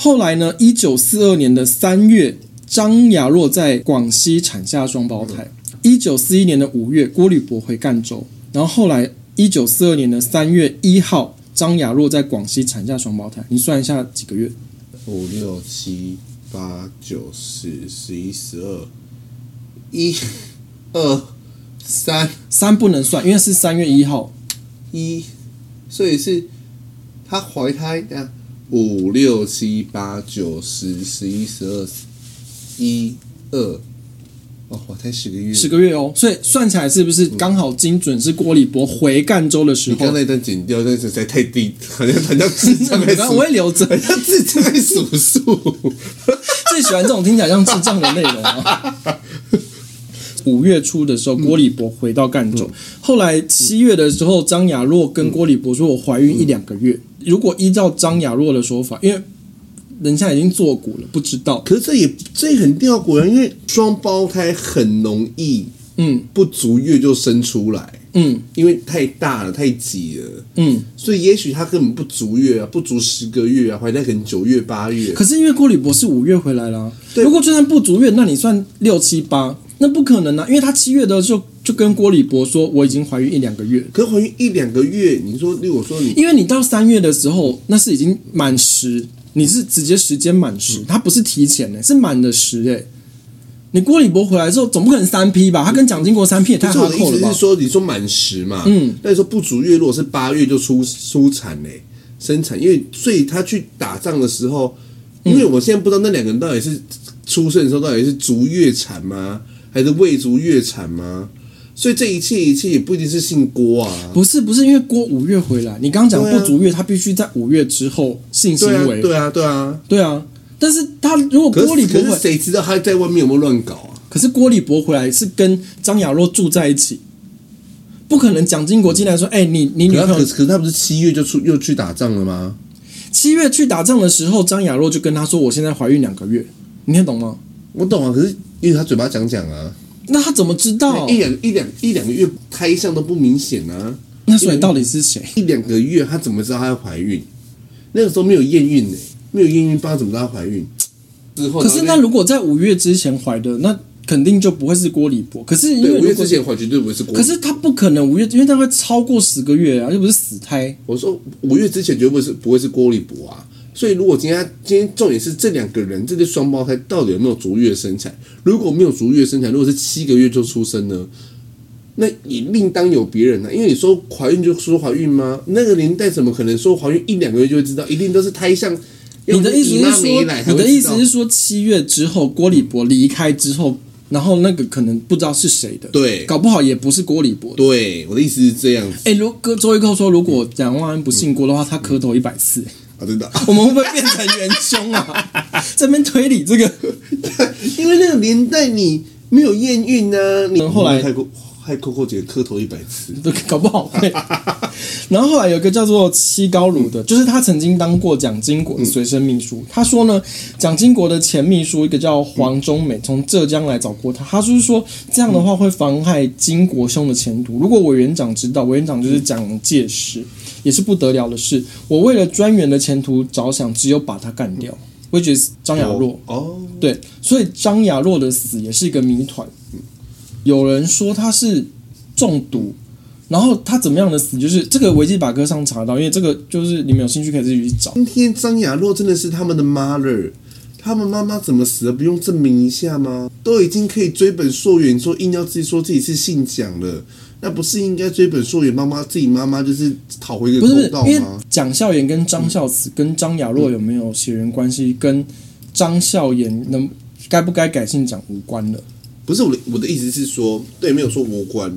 后来呢，一九四二年的三月，张雅若在广西产下双胞胎。一九四一年的五月，郭礼伯回赣州，然后后来一九四二年的三月一号，张雅若在广西产下双胞胎。你算一下几个月？五六七八九十十一十二，一二三三不能算，因为是三月一号。一，所以是他怀胎啊，五六七八九十十一十二一二，哦，怀胎十个月。十个月哦，所以算起来是不是刚好精准是郭礼伯回赣州的时你候刚？那一段剪掉，但是实在太低，好像好像智障在然后数 我，也留 着，好像智障在数数。最喜欢这种听起来像智障的内容啊。 五月初的时候，郭礼伯回到赣州。嗯后来七月的时候，张雅若跟郭礼伯说：“我怀孕一两个月。”如果依照张雅若的说法，因为人家已经做股了，不知道。可是这也这也很吊诡啊，因为双胞胎很容易嗯不足月就生出来，嗯因为太大了，太挤了。嗯。所以也许他根本不足月啊，不足十个月啊，怀胎可能九月八月。可是因为郭礼伯是五月回来啦、对如果就算不足月，那你算六七八，那不可能啊，因为他七月的时候就跟郭礼伯说我已经怀孕一两个月了，可是怀孕一两个月，你说如果说你因为你到三月的时候，那是已经满十，你是直接时间满嗯十，他不是提前的、是满的十哎、你郭礼伯回来之后，总不可能三批吧？他跟蒋经国三批也太可是哈我的扣意了思吧是？说，你说满十嘛，嗯，那你说不足月，如果是八月就出出产嘞、生产，因为所以他去打仗的时候，嗯因为我现在不知道那两个人到底是出生的时候到底是足月产吗，还是未足月产吗？所以这一切一切也不一定是姓郭啊。不是不是，因为郭五月回来，你刚刚讲对啊不足月，他必须在五月之后性行对啊为，，对啊，对啊。对啊。但是他如果可郭是里可博回是谁知道他在外面有没有乱搞啊？可是郭立博回来是跟张雅若住在一起，不可能蒋经国进来说：“哎、你你可女是他可朋友是可是他不是七月就出又去打仗了吗？七月去打仗的时候，张雅若就跟他说：‘我现在怀孕两个月。’你听懂吗？我懂啊，可是因为他嘴巴讲讲啊，那他怎么知道？一两一两一两个月胎象都不明显啊，那所以到底是谁？一两个月他怎么知道她要怀孕？那个时候没有验孕呢、没有验孕，不知道怎么知道她怀孕。之后可是那然后如果在五月之前怀的，那肯定就不会是郭立博。可是因对为五如月果之前怀绝对不会是郭。可是他不可能五月，因为他会超过十个月啊，又不是死胎。我说五月之前绝对不会是不会是郭立博啊。所以如果今天他今天重点是这两个人这对双胞胎到底有没有足月生产？如果没有足月生产，如果是七个月就出生呢？那也另当有别人呢、啊因为你说怀孕就说怀孕吗？那个年代怎么可能说怀孕一两个月就会知道？一定都是胎象。你的意思要是不姨妈没来才说，会你的意思是知道说，七月之后郭立博离开之后，然后那个可能不知道是谁的，对搞不好也不是郭立博的。对，我的意思是这样子哎、如哥周一蔻说，如果蒋万安不姓郭的话，他磕头一百次，啊，真的。我们会不会变成元凶啊？ 这边推理这个， 因为那个年代你没有验孕呢、你后来害扣害扣扣姐磕头一百次，搞不好会。然后后来有一个叫做七高儒的，就是他曾经当过蒋经国的随身秘书。他说呢，蒋经国的前秘书一个叫黄忠美，从浙江来找过他。他就是说这样的话会妨害金国兄的前途。如果委员长知道，委员长就是蒋介石，也是不得了的事。我为了专员的前途着想，只有把他干掉。which is 张雅若，哦，对，所以张雅若的死也是一个谜团。有人说她是中毒，然后她怎么样的死，就是这个维基百科上查到，因为这个就是你们有兴趣可以自己去找。今天张雅若真的是他们的 mother，他们妈妈怎么死的，不用证明一下吗？都已经可以追本溯源，说硬要自己说自己是姓蒋了，那不是应该追本溯源？妈妈自己妈妈就是讨回一个不是不是公道，因为吗？蒋孝严跟张孝慈跟张雅若有没有血缘关系，跟张孝严能该不该改姓蒋无关了。不是我的，我的意思是说，对，没有说无关。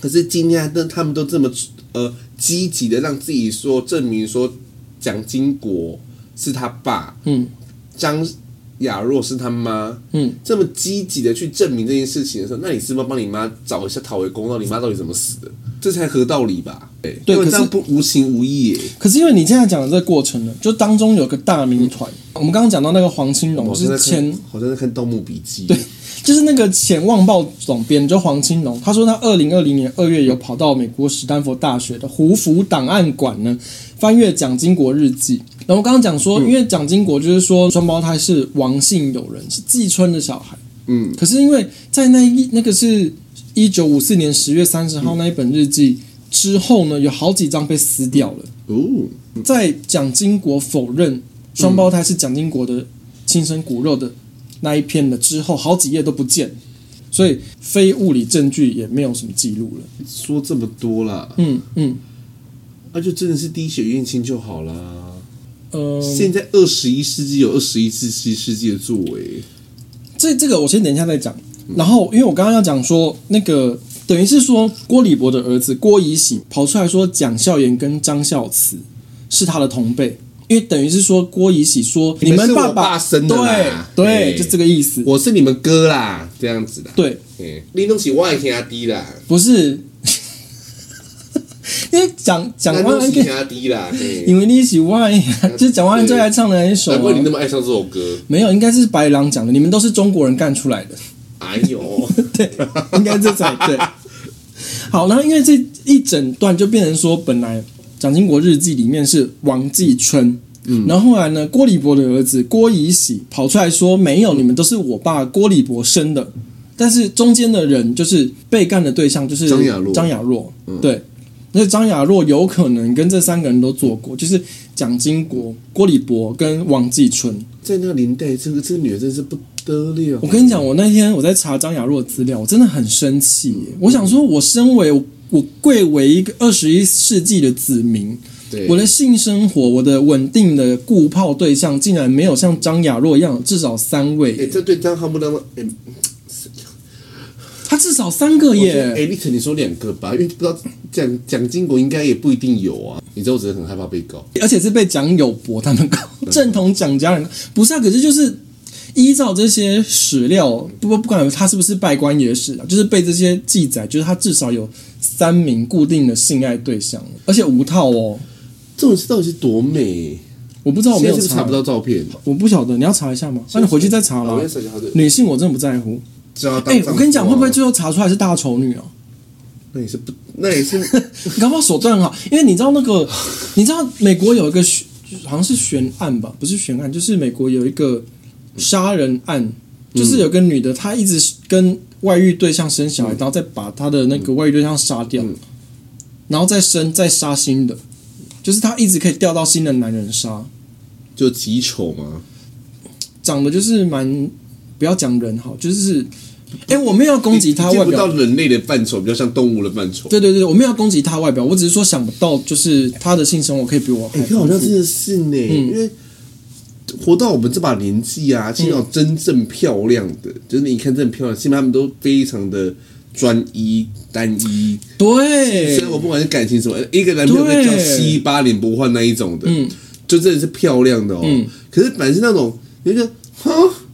可是今天但他们都这么呃积极的让自己说证明说蒋经国是他爸，嗯，张雅若是他妈，嗯，这么积极的去证明这件事情的时候，那你是不是要帮你妈找一下讨回公道？你妈到底怎么死的？这才合道理吧？对，对因为可是这样不无情无义耶。可是因为你现在讲的这个过程呢，就当中有个大谜团。我们刚刚讲到那个黄青龙好像是在看前，好像在看《盗墓笔记》。对，就是那个前望报总编，就黄青龙，他说他二零二零年二月有跑到美国史丹佛大学的胡佛档案馆呢，翻阅蒋经国日记。然后刚刚讲说，因为蒋经国就是说双胞胎是王姓友人，是季春的小孩。嗯，可是因为在那一那个是一九五四年十月三十号那一本日记之后呢，有好几张被撕掉了。哦，在蒋经国否认双胞胎是蒋经国的亲生骨肉的那一篇了之后，好几页都不见，所以非物理证据也没有什么记录了。说这么多啦，嗯嗯那、就真的是滴血验亲就好啦。呃，现在二十一世纪有二十一世纪世纪的作为，这这个我先等一下再讲。然后，因为我刚刚要讲说那个。等于是说，郭礼博的儿子郭以喜跑出来说，蒋孝严跟张孝慈是他的同辈，因为等于是说，郭以喜说你们是爸我爸生的啦对对，哎就这个意思。我是你们哥啦，这样子啦。对，对，你都是我的兄弟啦，不是， 因为蒋蒋那万都安是跟兄弟啦。嘿因为你一起万，就是蒋万安最爱唱的那一首、难怪你啊那。么爱唱这首歌。没有，应该是白狼讲的，你们都是中国人干出来的，哎呦， 对，应该这才对。好，然后因为这一整段就变成说，本来蒋经国日记里面是王继春，嗯，然后后来呢，郭礼博的儿子郭以喜跑出来说，没嗯有，你们都是我爸郭礼博生的，但是中间的人就是被干的对象就是张雅若嗯张雅若，对。那张雅若有可能跟这三个人都做过，就是蒋经国、郭礼博跟王继春。在那个年代，这个这个女人真是不得了。我跟你讲，我那天我在查张雅若的资料，我真的很生气耶。我想说，我身为我贵为一个二十一世纪的子民，对，我的性生活，我的稳定的顾炮对象，竟然没有像张雅若一样有至少三哎，位，这对张翰不当当，哎，他至少三个我觉得哎、耶。你肯定说两个吧，因为不知道蒋蒋经国应该也不一定有啊。你知道，我只是很害怕被告。而且是被蒋友柏他们告， 正统蒋家人告不是啊，可是就是依照这些史料，不不不管他是不是拜官野史啊，就是被这些记载，就是他至少有三名固定的性爱对象，而且无套哦，这种是到底是多美？我不知道我没现有在是不是查查不到照片？我不晓得，你要查一下吗？那、你回去再查好啦我。再查一下对女性我真的不在乎。知道当哎、丈夫啊我跟你讲，会不会最后查出来是大丑女哦、那也是不，那也是 你搞不好手段很好，因为你知道那个，你知道美国有一个悬好像是悬案吧，不是悬案，就是美国有一个杀人案，就是有个女的，她一直跟外遇对象生小孩，然后再把她的那个外遇对象杀掉，嗯然后再生再杀新的，就是她一直可以钓到新的男人杀，就极丑吗？长得就是蛮不要讲人好，就是哎、我没有要攻击她已经外不表到，人类的范畴，比较像动物的范畴。对对对，我没有要攻击她外表，我只是说想不到就是她的性生活可以比我还哎，可好丰像富真的是呢，嗯因为活到我们这把年纪啊，见到真正漂亮的，就是你看真的漂亮，起码他们都非常的专一、单一。对虽，然我不管是感情什么，一个男朋友可以交七八年不换那一种的，嗯就真的是漂亮的哦。可是反正是那种，你就觉得哈。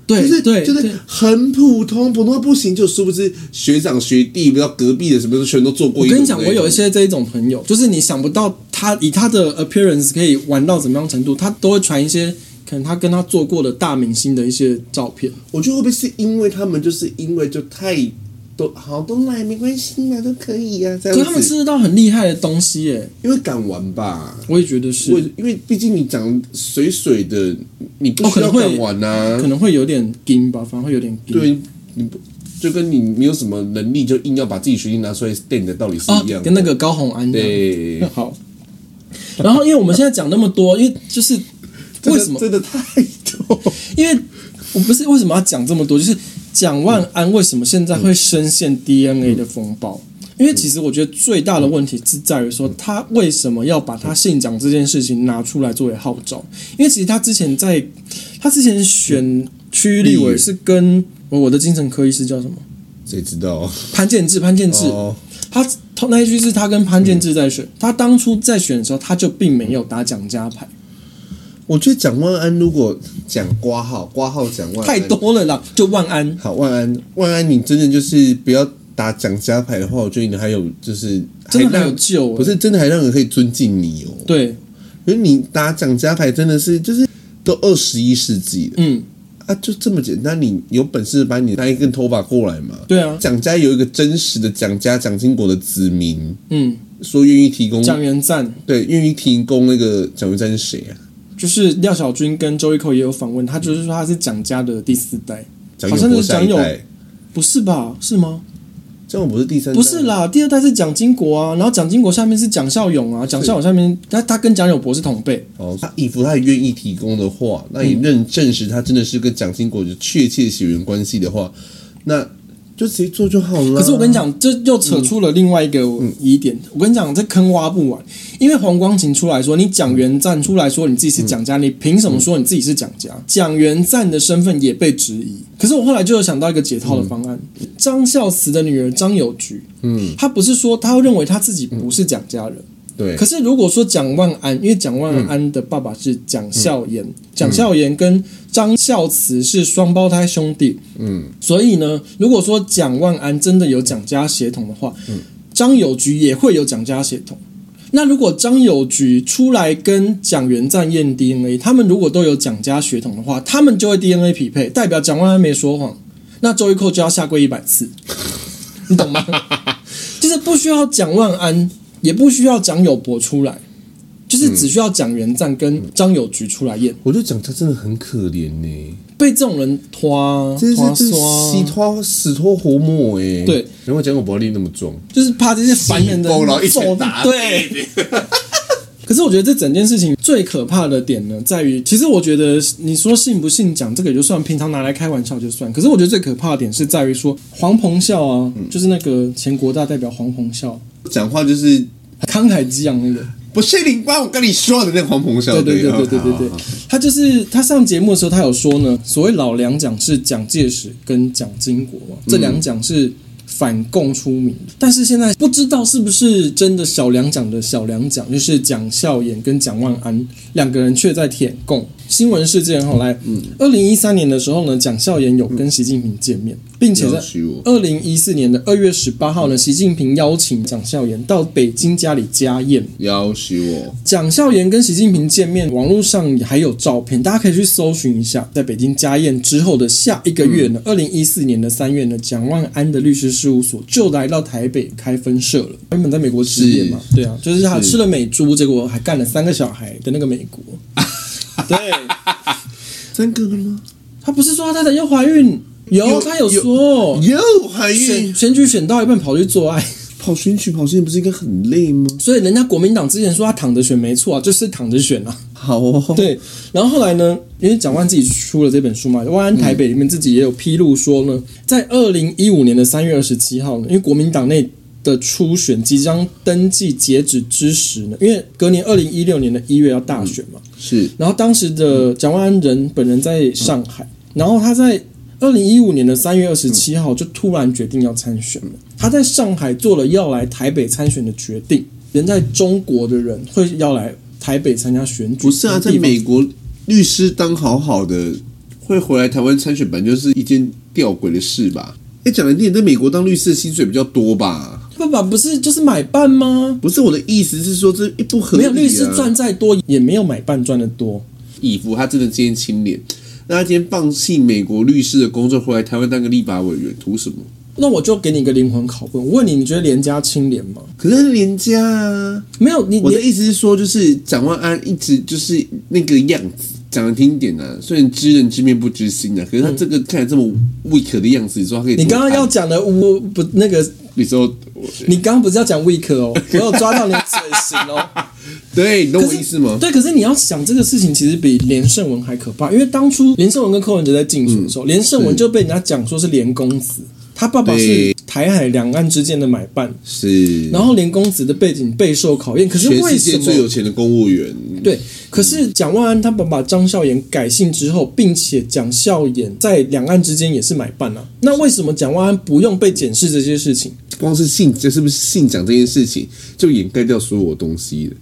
对就是对就是对很普通，普通到不行，就殊不知学长学弟，不知道隔壁的什么都全都做过我一跟轮那你种。讲，我有一些这一种朋友，就是你想不到他以他的 appearance 可以玩到怎么样程度，他都会传一些可能他跟他做过的大明星的一些照片。我觉得会不会是因为他们就是因为就太都好都来没关系嘛，都可以啊，这可样是子。他们吃得到很厉害的东西耶，因为敢玩吧？我也觉得我是，因为毕竟你长水水的，你不哦需可要能会敢玩啊呐、可能会有点硬吧，反而会有点硬。对，你不就跟你没有什么能力，就硬要把自己学历拿出来 stand 的道理是啊一样的。，跟那个高洪安一样。对，好。然后，因为我们现在讲那么多，因为就是这 个为什么？真的太多？因为我不是为什么要讲这么多，就是蒋万安为什么现在会深陷嗯 DNA 的风暴？因为其实我觉得最大的问题是在于说，他为什么要把他姓蒋这件事情拿出来作为号召？因为其实他之前在，他之前选区域立委是跟哦我的精神科医师叫什么谁知道？潘建志，潘建志，哦，他他那一区是他跟潘建志在选，他当初在选的时候他就并没有打蒋家牌，我觉得蒋万安如果讲挂号，挂号蒋万安太多了啦，就万安。好，万安，万安，你真的就是不要打蒋家牌的话，我觉得你还有就是真的让还有救欸不是真的还让人可以尊敬你哦。对，因为你打蒋家牌真的是就是都二十一世纪了嗯，啊，就这么简单，你有本事把你那一根头发过来嘛？对啊，蒋家有一个真实的蒋家蒋经国的子民，嗯，说愿意提供，蒋元赞。对，愿意提供那个蒋元赞是谁啊？就是廖小军跟周一蔻也有访问，他就是说他是蒋家的第四代，蒋好友像柏是下蒋一友，代，不是吧？是吗？蒋友柏是第三代，不是啦，第二代是蒋经国啊，然后蒋经国下面是蒋孝勇啊，蒋孝勇下面他他跟蒋友柏是同辈，哦，他以服他也愿意提供的话，那也认证实他真的是跟蒋经国有确切血缘关系的话，那就直接做就好了。啊可是我跟你，讲，这又扯出了另外一个疑点。我跟你讲，这坑挖不完，因为黄光琴出来说，你蒋元赞出来说你自己是蒋家，你凭什么说你自己是蒋嗯家？蒋元赞的身份也被质疑。可是我后来就有想到一个解套的方案，嗯张孝慈的女儿张友菊，嗯，她不是说她认为她自己不是蒋家人。嗯对可，是如果说蒋万安，因为蒋万安的爸爸是蒋孝严，嗯蒋孝严跟张孝慈是双胞胎兄弟，嗯，所以呢，如果说蒋万安真的有蒋家血统的话，嗯张友菊也会有蒋家血统。那如果张友菊出来跟蒋元赞验 DNA，他们如果都有蒋家血统的话，他们就会 DNA 匹配，代表蒋万安没说谎。那周玉蔻就要下跪一百 次，你懂吗？就是不需要蒋万安，也不需要蒋友柏出来，就是只需要蒋元赞跟张友菊出来验。我就讲他真的很可怜欸呢、被这种人拖啊真拖啊的是拖啊死拖死拖活没哎、对，难怪蒋友柏力那么壮，就是怕这些烦人的西部然后一人拳揍打对。可是我觉得这整件事情最可怕的点呢，在于其实我觉得你说信不信讲这个也就算，平常拿来开玩笑就算。可是我觉得最可怕的点是在于说黄鹏孝啊，嗯就是那个前国大代表黄鹏孝， 讲话就是慷慨激昂那个，不是你爸，我跟你说的那哦个黄鹏孝，对对对对对对好好好，他就是他上节目的时嗯候，他有说呢，所谓老两蒋是蒋介石跟蒋经国嘛，这两蒋是反共出名。但是现在不知道是不是真的小梁讲的小梁讲，就是蒋孝严跟蒋万安两个人却在舔共。新闻事件后来，嗯二零一三年的时候呢，蒋孝严有跟习近平见面，并且在要娶我二零一四年的二月十八号呢，习近平邀请蒋孝严到北京家里家宴。要挟我，蒋孝严跟习近平见面，网络上还有照片，大家可以去搜寻一下。在北京家宴之后的下一个月呢，二零一四年的三月呢，蒋万安的律师事务所就来到台北开分社了。原本在美国失业嘛，对啊，就是他吃了美猪，结果还干了三个小孩的那个美 国。对，三个了吗？他不是说他太太又怀孕，有有他有说有怀选孕选举选到一半跑去做爱。跑选举跑选举不是应该很累吗？所以人家国民党之前说他躺着选没错啊，就是躺着选啊。好哦，对，然后后来呢，因为蒋万自己出了这本书嘛，万安台北里面自己也有披露说呢，在二零一五年的三月二十七号呢，因为国民党内的初选即将登记截止之时呢，因为隔年二零一六年的一月要大选嘛，是然后当时的蒋万安人本人在上海，然后他在二零一五年的三月二十七号就突然决定要参选了。他在上海做了要来台北参选的决定，人在中国的人会要来台北参加选举，不是啊？在地方美国律师当好好的，会回来台湾参选，本来就是一件吊诡的事吧？哎，讲来你在美国当律师的薪水比较多吧？爸爸不是就是买办吗？不是我的意思是说这一不合没理、啊，有律师赚再多，也没有买办赚的多。以服他真的今天清廉，那他今天放弃美国律师的工作，回来台湾当个立法委员，图什么？那我就给你一个灵魂拷问，我问你，你觉得廉家清廉吗？可是他是廉价啊！没有，你我的你意思是说，就是蒋万安一直就是那个样子，讲的听一点啊，虽然知人知面不知心啊，可是他这个看起来这么 weak 的样子，你说他可以？嗯你刚刚要，讲的我不那个，你说我你刚刚不是要讲 week 哦？我有抓到你的嘴型哦。对，你懂可 我是意思吗？对，可是你要想这个事情，其实比连胜文还可怕，因为当初连胜文跟柯文哲在竞选的嗯时候，连胜文就被人家讲说是连公子，他爸爸是对台海两岸之间的买办，是，然后连公子的背景备受考验。可是全为世什界最有么？钱的公务员，对，可是蒋万安他爸爸张孝严改姓之后，并且蒋孝严在两岸之间也是买办啊，那为什么蒋万安不用被检视这些事情？光是姓这是不是姓蒋这件事情，就掩盖掉所有东西了。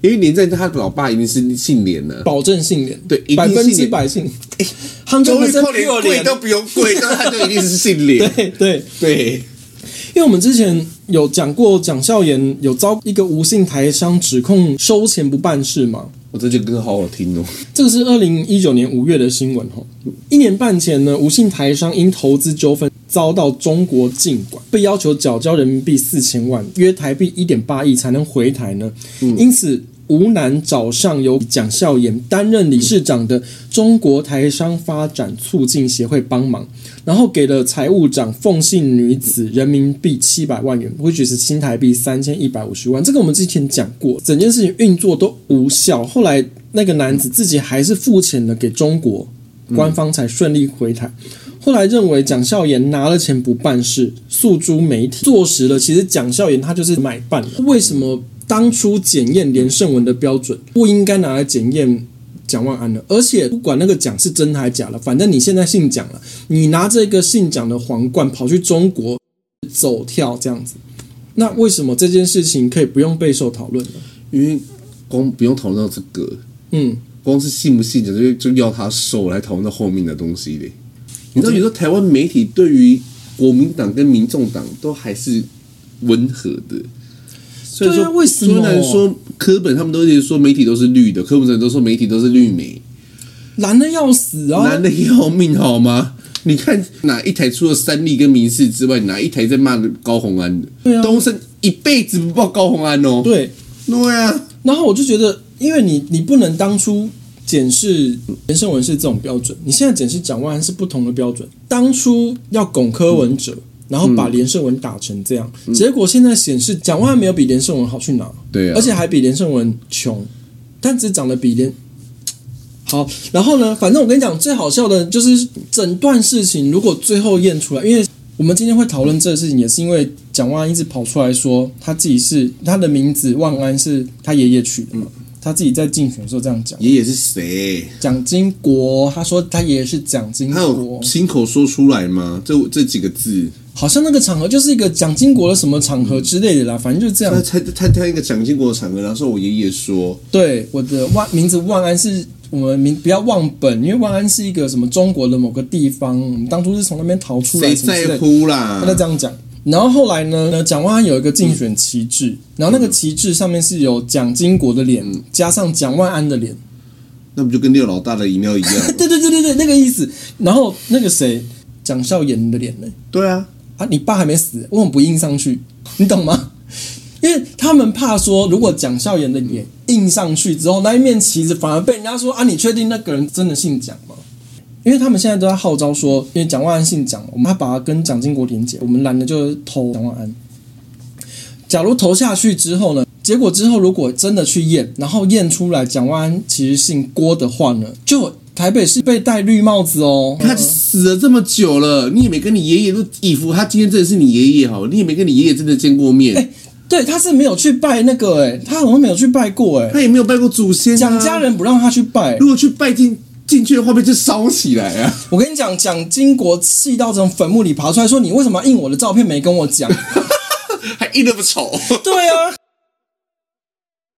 因为连战他老爸一定是姓连啊的、保证姓连，对一定百分姓之连百姓， 杭州终于本身扣连跪都不用跪，但他就一定是姓连。对 对。对，因为我们之前有讲过，蒋孝严有遭一个无姓台商指控收钱不办事嘛，我这就更好好听哦。这个是二零一九年五月的新闻吼。一年半前呢，无姓台商因投资纠纷遭到中国禁管，被要求缴交人民币四千万，约台币一点八亿才能回台呢。因此，吴楠找上由蒋孝严担任理事长的中国台商发展促进协会帮忙，然后给了财务长凤姓女子人民币七百万元，which 是新台币三千一百五十万。这个我们之前讲过，整件事情运作都无效。后来那个男子自己还是付钱了给中国，官方才顺利回台。后来认为蒋孝严拿了钱不办事，诉诸媒体，坐实了其实蒋孝严他就是买办了。为什么当初检验连胜文的标准不应该拿来检验蒋万安了？而且不管那个蒋是真还假了，反正你现在姓蒋了，你拿这个姓蒋的皇冠跑去中国走跳这样子，那为什么这件事情可以不用备受讨论呢？因为光不用讨论到这个，嗯，光是信不信讲就就要他手来讨论到后面的东西嘞。你知道，有时候台湾媒体对于国民党跟民众党都还是温和的。虽然对说，啊为什么虽然说科本他们都一直说媒体都是绿的，柯文哲都说媒体都是绿媒，难的要死啊！难的要命好吗？你看哪一台除了三立跟民视之外，哪一台在骂高红安的？对啊东升一辈子不报高红安哦。对，对啊，然后我就觉得，因为你你不能当初检视连胜文是这种标准，你现在检视蒋万安是不同的标准。当初要拱柯文嗯哲，然后把连胜文打成这样，结果现在显示蒋万安没有比连胜文好去哪，对啊而且还比连胜文穷，但只长得比连。好，然后呢？反正我跟你讲，最好笑的就是整段事情，如果最后验出来，因为我们今天会讨论这个事情，也是因为蒋万安一直跑出来说他自己是他的名字万安是他爷爷取的嘛，他自己在竞选的时候这样讲。爷爷是谁？蒋经国，他说他爷爷是蒋经他国有，亲口说出来吗？这这几个字，好像那个场合就是一个蒋经国的什么场合之类的啦，反正就是这他样。参参加一个蒋经国的场合，然后说我爷爷说，对，我的万名字万安是我们名不要忘本，因为万安是一个什么中国的某个地方，我们当初是从那边逃出来谁什么之类在的。乎啦他？在这样讲。然后后来呢，蒋万安有一个竞选旗帜，然后那个旗帜上面是有蒋经国的脸、加上蒋万安的脸，那不就跟六老大的饮料一样？ 对对对对对，那个意思。然后那个谁，蒋孝严的脸呢？对啊，啊，你爸还没死，为什么不印上去？你懂吗？ 因为他们怕说，如果蒋孝严的脸印上去之后，那一面旗子反而被人家说啊，你确定那个人真的姓蒋吗？因为他们现在都在号召说，因为蒋万安姓蒋，我们要把他跟蒋经国连结，我们懒得就是投蒋万安。假如投下去之后呢，结果之后如果真的去验，然后验出来蒋万安其实姓郭的话呢，就台北市被戴绿帽子哦。他死了这么久了，你也没跟你爷爷都以服，他今天真的是你爷爷好，你也没跟你爷爷真的见过面，哎对，他是没有去拜那个、欸，他好像没有去拜过、欸，他也没有拜过祖先、啊。蒋家人不让他去拜。如果去拜进进去的话，被就烧起来啊！我跟你讲，蒋经国气到从坟墓里爬出来，说：“你为什么要印我的照片没跟我讲还印那么丑，？”对啊，